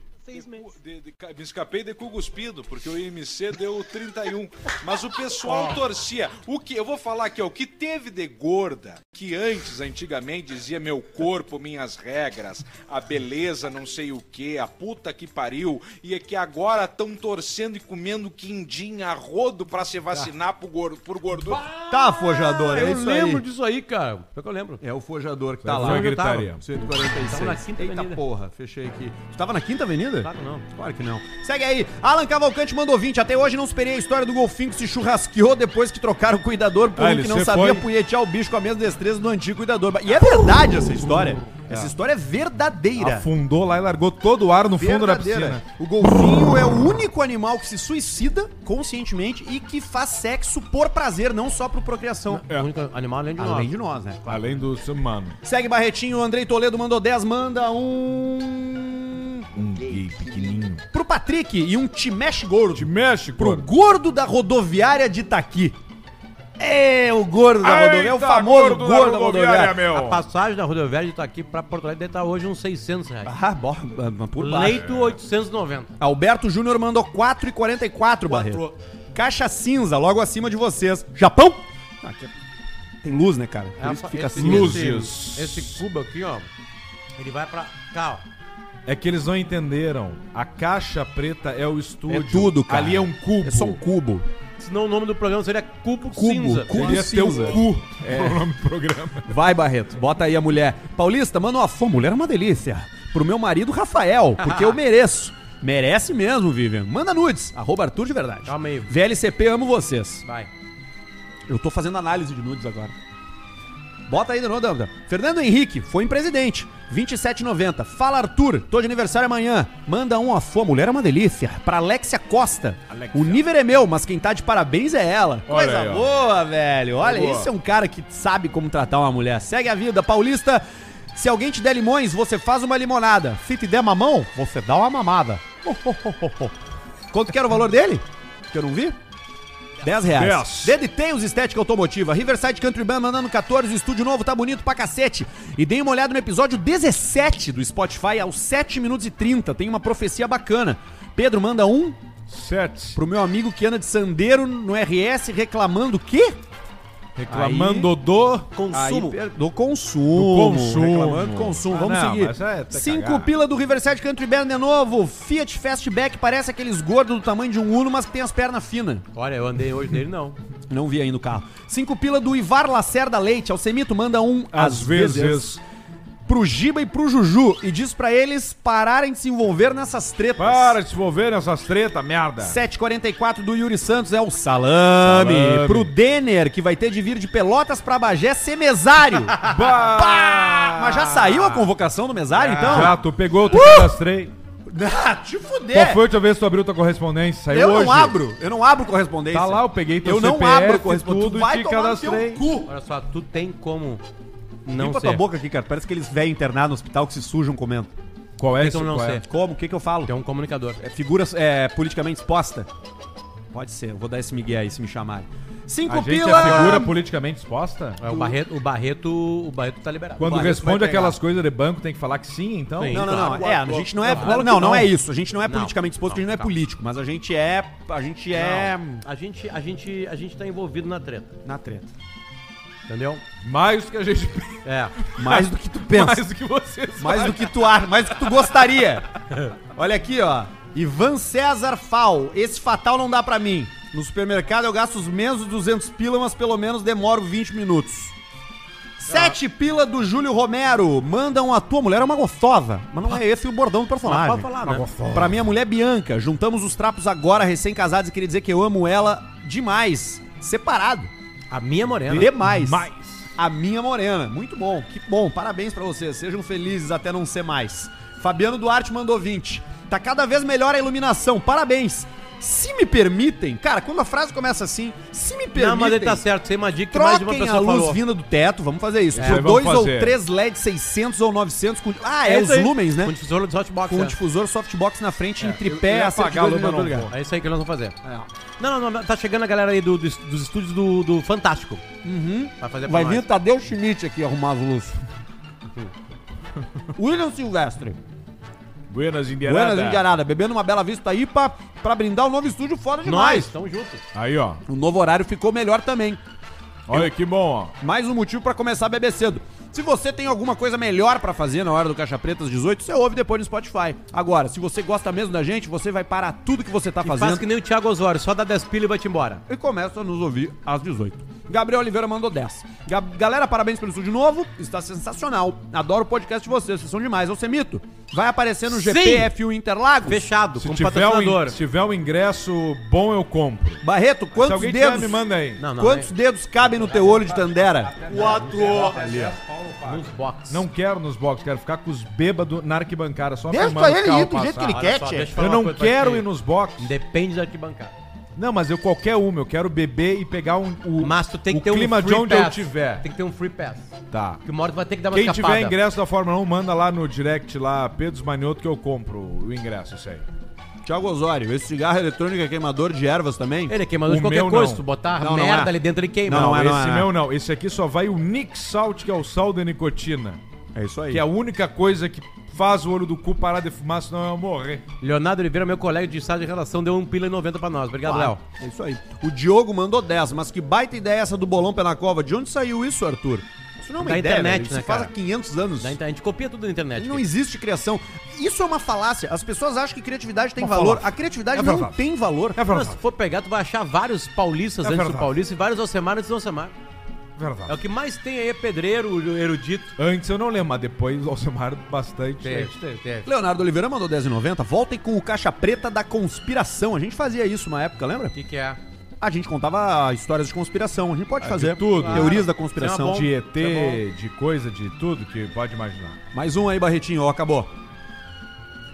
De- de ca- me escapei de cu cuspido, porque o IMC deu 31. Mas o pessoal torcia. O que, eu vou falar aqui, ó, o que teve de gorda, que antes, antigamente, dizia meu corpo, minhas regras, a beleza, não sei o que, a puta que pariu, e é que agora estão torcendo e comendo quindim a rodo pra se vacinar por, gor- por gordura. Tá, Fojador, é eu isso lembro aí. disso aí, cara. Foi que eu lembro. É o Fojador que tá Tá lá. Foi a onde eu tava. gritaria. 146. Tava na Quinta Eita Avenida. porra, fechei aqui. Tu tava na Quinta Avenida? Claro que não. Claro que não. Segue aí. Alan Cavalcante mandou 20. Até hoje não superei a história do golfinho que se churrasqueou depois que trocaram o cuidador por Ah, um ele que não se sabia foi. punhetear o bicho com a mesma destreza do antigo cuidador. E é verdade essa história. Hum. Essa história é verdadeira. Afundou lá e largou todo o ar no fundo da Verdadeira. piscina. O golfinho é o único animal que se suicida conscientemente e que faz sexo por prazer, não só por procriação. O único animal É. além de Além nós. de nós, né? Além do ser humano. Segue Barretinho, Andrei Toledo mandou 10, manda um. Um gay pequenininho. Pro Patrick e um Timesh Gordo. De México. Pro gordo da rodoviária de Itaqui. É o gordo da rodoviária, é o Eita, famoso gordo, gordo da da rodoviária, rodoviária. meu. A passagem da rodoviária de aqui pra Porto Alegre deve estar hoje uns 600 reais. Ah, bo- ah, por baixo. Leito 890. Alberto Júnior mandou 4,44, Barreto. Caixa cinza, logo acima de vocês. Japão? Ah, que- Tem luz, né, É cara? Por isso que fica cinza. Luzes. Esse, esse cubo aqui, ó, ele vai pra cá, ó. É que eles não entenderam. A caixa preta é o estúdio. É tudo, cara. Ali é um cubo. É só um cubo. Senão o nome do programa seria Cubo, Cubo, Cinza. cubo. Seria teu cinza. cu. É (laughs) o nome do programa. Vai, Barreto, bota aí a mulher. Paulista, manda uma fome. Mulher é uma delícia. Pro meu marido, Rafael, porque eu mereço. Merece mesmo, Vivian. Manda nudes. Arroba Arthur de verdade. Calma aí. VLCP, amo vocês. Vai. Eu tô fazendo análise de nudes agora. Bota aí, não, não, não. Fernando Henrique, foi em presidente. 27,90. Fala, Arthur. Tô de aniversário amanhã. Manda um a sua mulher é uma delícia. Pra Alexia Costa. O nível é meu, mas quem tá de parabéns é ela. Olha Coisa aí, ó. boa, velho. Olha, Boa. esse é um cara que sabe como tratar uma mulher. Segue a vida. Paulista, se alguém te der limões, você faz uma limonada. Se te der mamão, você dá uma mamada. Oh, oh, oh, oh, oh. Quanto que era o valor dele? Que eu não vi? 10 reais. Dez. Dede Tails Estética Automotiva. Riverside Country Band mandando 14. O estúdio novo tá bonito pra cacete. E deem uma olhada no episódio 17 do Spotify, aos 7 minutos e 30. Tem uma profecia bacana. Pedro manda um Sete. pro meu amigo que anda de sandeiro no RS reclamando o quê? Reclamando do. Aí, per- do consumo. Do consumo. Reclamando do consumo. Ah, Vamos não, seguir. mas é até Cinco cagar. pila do Riverside Country Band de novo. Fiat Fastback parece aqueles gordos do tamanho de um Uno, mas que tem as pernas finas. Olha, eu andei hoje nele, não. Não vi ainda o carro. Cinco pila do Ivar Lacerda Leite. Alcemito manda um Às vezes. pro Giba e pro Juju e diz pra eles pararem de se envolver nessas tretas. Para de se envolver nessas tretas, merda. 744 do Yuri Santos é o salame. Salame. Pro Denner, que vai ter de vir de Pelotas pra Bagé ser (laughs) mesário. Bah! Pá! Mas já saiu a convocação do mesário, então? Já, tu pegou, tu cadastrei. Ah, (laughs) te Qual fuder. foi a última vez que tu abriu tua correspondência? Saiu eu hoje. não abro, eu não abro correspondência. Tá lá, eu peguei teu Eu não CPF, abro correspondência. tudo Tu e vai te tomar no teu cadastrei. cu. Olha só, tu tem como não Limpa ser. tua boca aqui, cara. Parece que eles velhos internados no hospital que se sujam comendo. Qual é esse? Então não qual é? sei. Como? O que que eu falo? Tu é um comunicador. É figura é, politicamente exposta? Pode ser, eu vou dar esse migué aí se me chamarem. Cinco A gente pila! é figura politicamente exposta? É, o Barreto, o Barreto, o Barreto tá liberado. Quando Vai, vai responde pegar. aquelas coisas de banco, tem que falar que sim, então? Sim. Não, não, não. É, a gente não é. Claro que não, não não. é isso. A gente não é Não, politicamente exposto, porque a gente não é tá. não, político, mas a gente é. A gente é. A gente, a gente, a gente tá envolvido na treta, Na treta. entendeu? Mais que a gente É. Mais do que tu pensa. (laughs) mais do que vocês. Mais do que tu acha, mais do que tu gostaria. Olha aqui, ó. Ivan César Fal. Esse fatal não dá pra mim. No supermercado eu gasto os menos 200 pila, mas pelo menos demoro 20 minutos. Sete pila do Júlio Romero. Mandam a tua mulher é uma gostosa. Mas não é esse o bordão do personagem. Mas pode falar, né? Uma gostosa. Pra minha mulher Bianca. Juntamos os trapos agora, recém-casados, e queria dizer que eu amo ela demais. Separado. A minha morena. Demais. Mais. A minha morena. Muito bom, que bom. Parabéns pra vocês. Sejam felizes até não ser mais. Fabiano Duarte mandou 20. Tá cada vez melhor a iluminação. Parabéns. Se me permitem, cara, quando a frase começa assim, se me permitem. Não, mas ele tá certo, sem uma dica que mais de uma Troquem a pessoa luz falou. vinda do teto, vamos fazer isso. É, Por vamos dois ou fazer. três LEDs 600 ou 900. Com... Ah, é, isso os aí. lumens, Com né? difusor de hotbox. Com o é. difusor softbox na frente, em É, eu tripé, ia a cerca de apagar a dois luz, mas minutos, não cara. É isso aí que nós vamos fazer. É. Não, não, não, tá chegando a galera aí do- dos, dos estúdios do, do Fantástico. Uhum. Vai fazer pra Vai nós. vir o Tadeu Schmidt aqui arrumar as (laughs) luzes. William Silvestre. Buenas Indianadas. Buenas Indianada, bebendo uma bela vista aí pra, pra brindar o novo estúdio fora Nós, demais. tamo junto. Aí, ó. O novo horário ficou melhor também. Olha que bom, ó. Mais um motivo pra começar a beber cedo. Se você tem alguma coisa melhor pra fazer na hora do Caixa Preta às 18, você ouve depois no Spotify. Agora, se você gosta mesmo da gente, você vai parar tudo que você tá E fazendo faz que nem o Thiago Osório, só dá 10 pilhas e vai-te embora. e começa a nos ouvir às 18. Gabriel Oliveira mandou 10. Ga- Galera, parabéns pelo estúdio novo. Está sensacional. Adoro o podcast de vocês. Vocês são demais. Eu semito. Vai aparecer no Sim. GPF1 Interlagos. Fechado, Se como tiver, um, patrocinador. se tiver um ingresso bom, eu compro. Barreto, se quantos alguém dedos... tiver, me manda aí. Ah, Não, não, Quantos dedos cabem no teu olho de Tandera? é nos box. Não quero nos boxes, quero ficar com os bêbados na arquibancada. Só Deixa filmando o ele carro ir do jeito que ele passar. Olha só, Cat. deixa eu falar Eu uma não coisa pra quero ti. ir nos boxes. Depende da arquibancada. Não, mas eu qualquer uma, eu quero beber e pegar um, o, Mas tu tem que o ter clima um de free onde eu pass. tiver. Tem que ter um free pass. Tá. Que uma hora tu vai ter que dar uma Quem escapada. tiver um, ingresso da Fórmula 1, manda lá no direct lá, Pedro Manioto, que eu compro o ingresso, isso aí. Tiago Osório, esse cigarro eletrônico é queimador de ervas também? Ele é queimador O de qualquer meu coisa. não. Se tu botar Não, não é. merda ali dentro, ele queima. Não, não é, não né? esse é. meu não. Esse aqui só vai o Nick Salt, que é o sal da nicotina. É isso aí. Que é a única coisa que faz o olho do cu parar de fumar, senão eu ia morrer. Leonardo Oliveira, meu colega de estado de relação, deu um pila e 90 pra nós. Obrigado, Claro, Léo. É isso aí. O Diogo mandou 10, mas que baita ideia essa do bolão pela cova. De onde saiu isso, Arthur? Isso não é uma Da ideia, internet, velho. Isso né, faz cara? há 500 anos. Da inter- A gente copia tudo na internet. Não cara. existe criação. Isso é uma falácia. As pessoas acham que criatividade tem Uma valor. falácia. A criatividade É não verdade. tem valor. É Mas verdade. se for pegar, tu vai achar vários paulistas É antes do verdade. paulista e vários Alcemar antes do Alcemar. É verdade. o que mais tem aí, é pedreiro, erudito. Antes eu não lembro, mas depois o Alcemar bastante. né? gente. Leonardo Oliveira mandou 10,90. Voltem com o caixa preta da conspiração. A gente fazia isso uma época, lembra? O que, que é? A gente contava histórias de conspiração. A gente pode fazer. Ah, de tudo. Teorias da Isso é conspiração. uma De ET, Tá de coisa, de tudo que pode imaginar. Mais um aí, Barretinho, ó, acabou.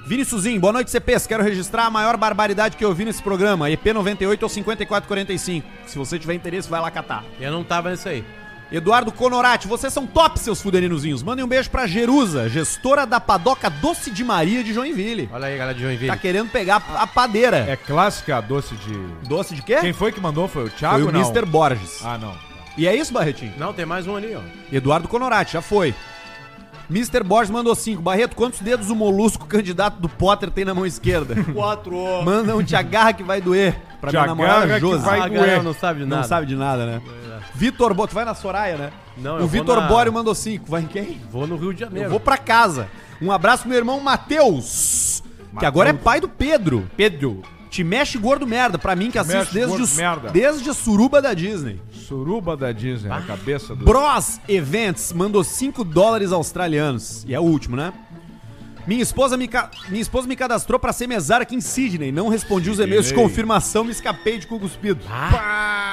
Vini Suzin, boa noite, CPs. Quero registrar a maior barbaridade que eu vi nesse programa, EP98 ou 5445. Se você tiver interesse, vai lá catar. Eu não tava nisso aí. Eduardo Conorati, vocês são top, seus fuderinozinhos. Mandem um beijo pra Jerusa, gestora da padoca Doce de Maria de Joinville. Olha aí, galera de Tá Joinville. querendo pegar a padeira. É clássica a doce de. Doce de quê? Quem foi que mandou? Foi o Thiago Foi o não? Mr. Borges. Ah, não. E é isso, Barretinho? Não, tem mais um ali, ó. Eduardo Conorati, já foi. Mr. Borges mandou cinco. Barreto, quantos dedos o molusco candidato do Potter tem na mão esquerda? Quatro homens. Manda um te agarra que vai doer. Pra é Te minha namorada agarra que Josi. vai É. a doer. galera Ah, não sabe de Não nada. sabe de nada, né? Vitor Bó, tu vai na Soraya, né? Não, eu O vou Vitor na- Bório mandou cinco. Vai em quem? Vou no Rio de Janeiro. Eu vou pra casa. Um abraço pro meu irmão Matheus, que agora é pai do Pedro. Pedro. Te mexe gordo merda, pra mim que assisto mexe, desde, gordo os, merda. desde a suruba da Disney. Suruba da Disney, Ah. na cabeça do. Bros Events mandou 5 dólares australianos. E é o último, né? Minha esposa me, ca- Minha esposa me cadastrou pra ser mesária aqui em Sydney. Não respondi os e-mails de confirmação, me escapei de cu cuspido. Ah.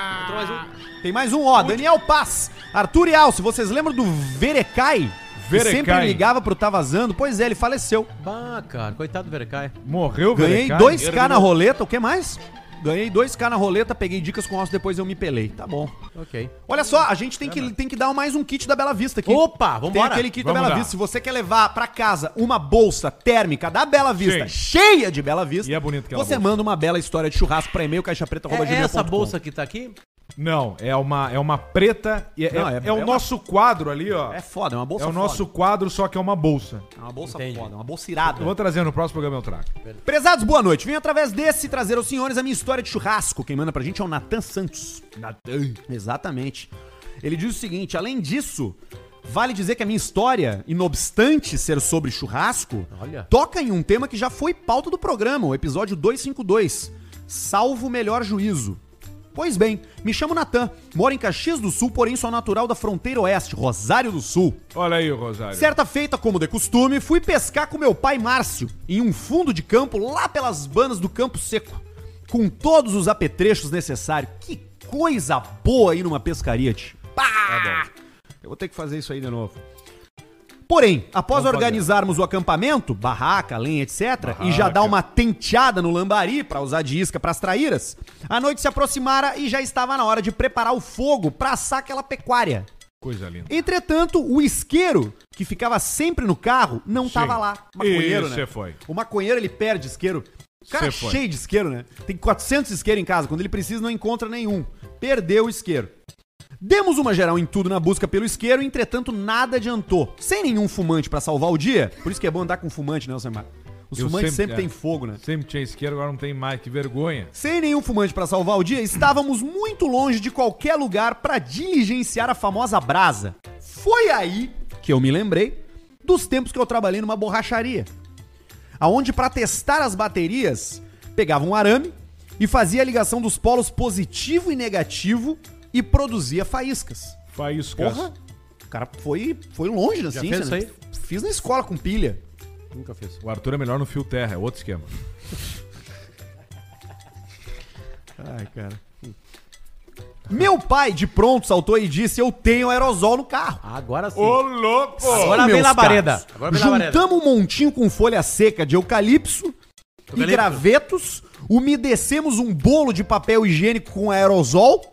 Tem mais um, ó. Daniel Paz. Arthur e Alce, vocês lembram do Verecai? Que Verecai. sempre ligava pro Tá Vazando. Pois é, ele faleceu. Bah, cara, coitado do Vercai. Morreu, Ganhei Verecai. 2k na roleta, o que mais? Ganhei 2k na roleta, peguei dicas com Alce, depois eu me pelei. Tá bom. Ok. Olha só, a gente É tem que, tem que dar mais um kit da Bela Vista aqui. Opa, Tem vambora. aquele kit Vamos da Bela lá. Vista. Se você quer levar pra casa uma bolsa térmica da Bela Vista, Cheia. cheia de Bela Vista, E é bonito aquela você bolsa. manda uma bela história de churrasco pra e-mail É, caixapreta.com. é essa bolsa que tá aqui? Não, é uma, é uma preta. e é, Não, é- é- é o é uma- nosso quadro ali, ó. É foda, é uma É bolsa o foda. nosso quadro, só que é uma bolsa. É uma bolsa Entendi. foda, é uma bolsa irada. Eu vou trazer no próximo programa eu trago. Prezados, boa noite. Vim através desse trazer aos senhores a minha história de churrasco. Quem manda pra gente é o Natan Santos. Natan. Exatamente. Ele diz o seguinte: além disso, vale dizer que a minha história, inobstante ser sobre churrasco, Olha. toca em um tema que já foi pauta do programa, o episódio 252. Salvo o melhor juízo. Pois bem, me chamo Natan, moro em Caxias do Sul, porém sou natural da fronteira oeste, Rosário do Sul. Olha aí, Rosário. Certa feita, como de costume, fui pescar com meu pai Márcio em um fundo de campo lá pelas bandas do Campo Seco, com todos os apetrechos necessários. Que coisa boa aí numa pescaria, tio. Pá! Tá Eu vou ter que fazer isso aí de novo. Porém, após organizarmos o acampamento, barraca, lenha, etc., e já dar uma tenteada no lambari pra usar de isca pras traíras, a noite se aproximara e já estava na hora de preparar o fogo pra assar aquela pecuária. Coisa linda. Entretanto, o isqueiro, que ficava sempre no carro, não tava lá. Isso, né? cê foi. O maconheiro, ele perde isqueiro. O cara é Cê foi. cheio de isqueiro, né? Tem 400 isqueiro em casa. Quando ele precisa, não encontra nenhum. Perdeu o isqueiro. Demos uma geral em tudo na busca pelo isqueiro, entretanto, nada adiantou. Sem nenhum fumante pra salvar o dia. Por isso que é bom andar com fumante, né, Alcemar? Os Eu fumantes sempre, sempre- têm é. fogo, né? Sempre tinha isqueiro, agora não tem mais. Que vergonha. Sem nenhum fumante pra salvar o dia, estávamos muito longe de qualquer lugar pra diligenciar a famosa brasa. Foi aí que eu me lembrei dos tempos que eu trabalhei numa borracharia, aonde pra testar as baterias, pegava um arame e fazia a ligação dos polos positivo e negativo e produzia faíscas. Faíscas. Porra, o cara foi, foi longe na ciência, fez né? isso Fiz na escola com pilha. Nunca fiz. O Arthur é melhor no fio terra, é outro esquema. Ai, cara. Meu pai de pronto saltou e disse: Eu tenho aerosol no carro. Agora sim. louco! Agora Meus vem labareda. caros, Agora vem labareda. Juntamos um montinho com folha seca de eucalipso Tá e Eucalipto. gravetos, umedecemos um bolo de papel higiênico com aerosol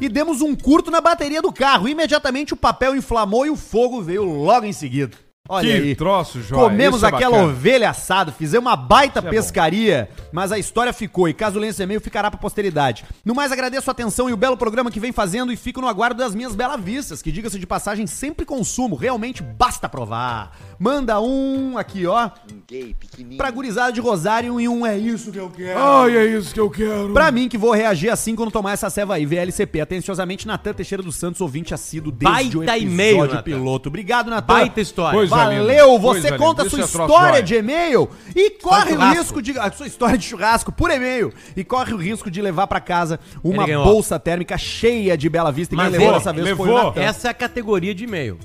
e demos um curto na bateria do carro. Imediatamente o papel inflamou e o fogo veio logo em seguida. Olha Que aí. troço, joia. Comemos Isso é aquela bacana. ovelha assada, fizemos uma baita é pescaria, mas a história ficou e caso lença e-mail ficará pra posteridade. No mais, agradeço a atenção e o belo programa que vem fazendo e fico no aguardo das minhas belavistas, que diga-se de passagem, sempre consumo, realmente basta provar. Manda um aqui, ó, Gay, pequenininho. pra gurizada de Rosário e um é isso que eu quero. Ai, é isso que eu quero. Pra mim que vou reagir assim quando tomar essa ceva aí, VLCP. Atenciosamente, Natan Teixeira dos Santos, ouvinte assíduo desde Baita o episódio e-mail, Natan. piloto. Obrigado, Natan. Baita história. Pois Coisa linda. Valeu, você Coisa conta linda. sua Isso é troço história joia. de e-mail e corre o churrasco. risco de a sua história de churrasco por e-mail e corre o risco de levar pra casa uma Ele ganhou. bolsa térmica cheia de Bela Vista. E Mas levou ele- dessa vez foi o levou. Natan. Essa é a categoria de e-mail.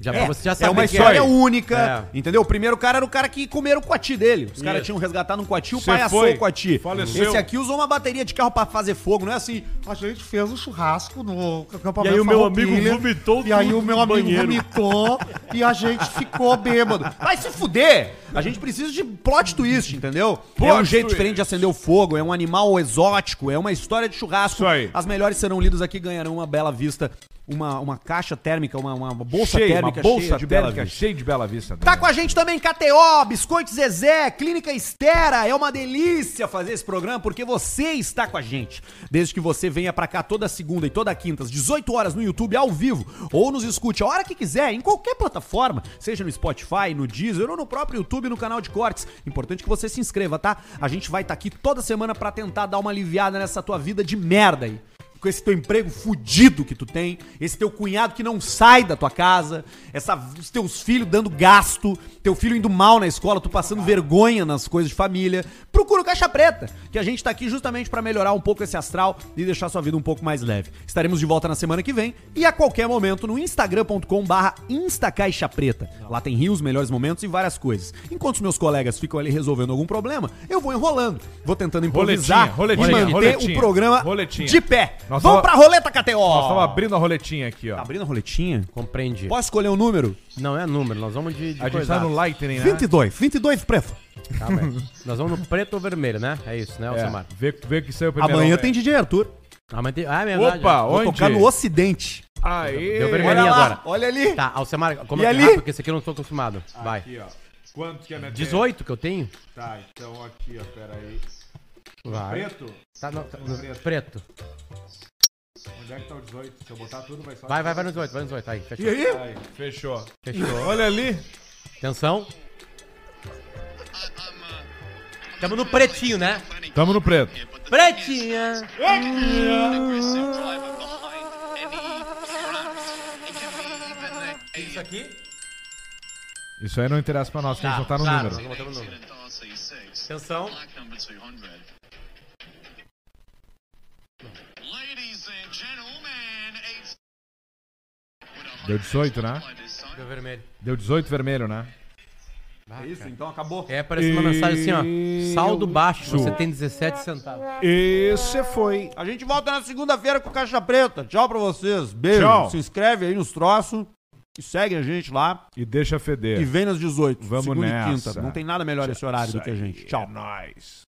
Já pra É, você já é saber uma quem história é. única, É. entendeu? O primeiro cara era o cara que comeram o coati dele. Os caras Isso. tinham resgatado um coati, o Cê pai assou foi, o coati. faleceu. Esse aqui usou uma bateria de carro pra fazer fogo, não é assim. A gente fez um churrasco no E acampamento aí o meu Farroupilha, amigo vomitou E aí tudo o meu no amigo banheiro. vomitou e a gente ficou bêbado. Vai se fuder! A gente precisa de plot twist, entendeu? é um Plot jeito twist. diferente de acender o fogo, é um animal exótico, é uma história de churrasco. Isso aí. As melhores serão lidas aqui, ganharão uma bela vista, uma, uma caixa térmica, uma, uma bolsa Cheio, térmica uma bolsa cheia de bela térmica vista. cheia de Bela Vista. Tá com a gente também KTO, Biscoito Zezé, Clínica Estera. É uma delícia fazer esse programa porque você está com a gente. Desde que você venha pra cá toda segunda e toda quinta, às 18 horas no YouTube, ao vivo, ou nos escute a hora que quiser, em qualquer plataforma, seja no Spotify, no Deezer ou no próprio YouTube, no canal de cortes. Importante que você se inscreva, tá? A gente vai estar aqui toda semana pra tentar dar uma aliviada nessa tua vida de merda aí com esse teu emprego fudido que tu tem, esse teu cunhado que não sai da tua casa, essa, os teus filhos dando gasto, teu filho indo mal na escola, tu passando vergonha nas coisas de família, procura o Caixa Preta, que a gente tá aqui justamente pra melhorar um pouco esse astral e deixar sua vida um pouco mais leve. Estaremos de volta na semana que vem e a qualquer momento no instagram.com barra instacaixa preta. Lá tem rios, melhores momentos e várias coisas. Enquanto os meus colegas ficam ali resolvendo algum problema, eu vou enrolando, vou tentando improvisar Roletinha, e roletinha, manter roletinha, o programa roletinha. de pé. Nós Vamos tava- pra roleta, KTO! Nós estamos abrindo a roletinha aqui, ó. Tá abrindo a roletinha? Compreendi. Posso escolher um número? Não é número, nós vamos de, de A gente coisar. tá no Lightning, né? 22, 22 preto. Tá, velho. Nós vamos no preto ou vermelho, né? É isso, né, É, Alcimar? vê, vê que saiu primeiro. Amanhã tem DJ Arthur. Ah, mas tem... ah, é verdade. Opa, é. Vou Onde? tocar no Ocidente. Aí. Deu vermelhinho agora. olha ali. Tá, Alcimar, como E é que ali? é rápido? Porque esse aqui eu não tô acostumado. Vai. Aqui, ó. Quanto que é minha 18 que eu tenho? Tá, então aqui, ó. Pera aí. Vai. Preto? Tá, não, tá no preto. Onde é que tá o 18? Se eu botar tudo, vai só. Vai, vai, vai no 18, vai no 18. Aí, fechou. Aí, fechou. Fechou. Olha ali. Atenção. Tamo no pretinho, né? Tamo no preto. Pretinha! Isso aqui? Isso aí não interessa pra nós, que a gente não tá no claro, número. nós vamos botar no número. Atenção. Deu 18, né? Deu vermelho. Deu 18 vermelho, né? Isso, então acabou. É, parece uma E- mensagem assim, ó. Saldo baixo, você tem 17 centavos. Esse foi. A gente volta na segunda-feira com Caixa Preta. Tchau pra vocês. Beijo. Tchau. Se inscreve aí nos troços. E segue a gente lá. E deixa feder. E vem nas 18. É. Vamos segunda e nessa. quinta. Não tem nada melhor esse horário do que a gente. Tchau. É nóis.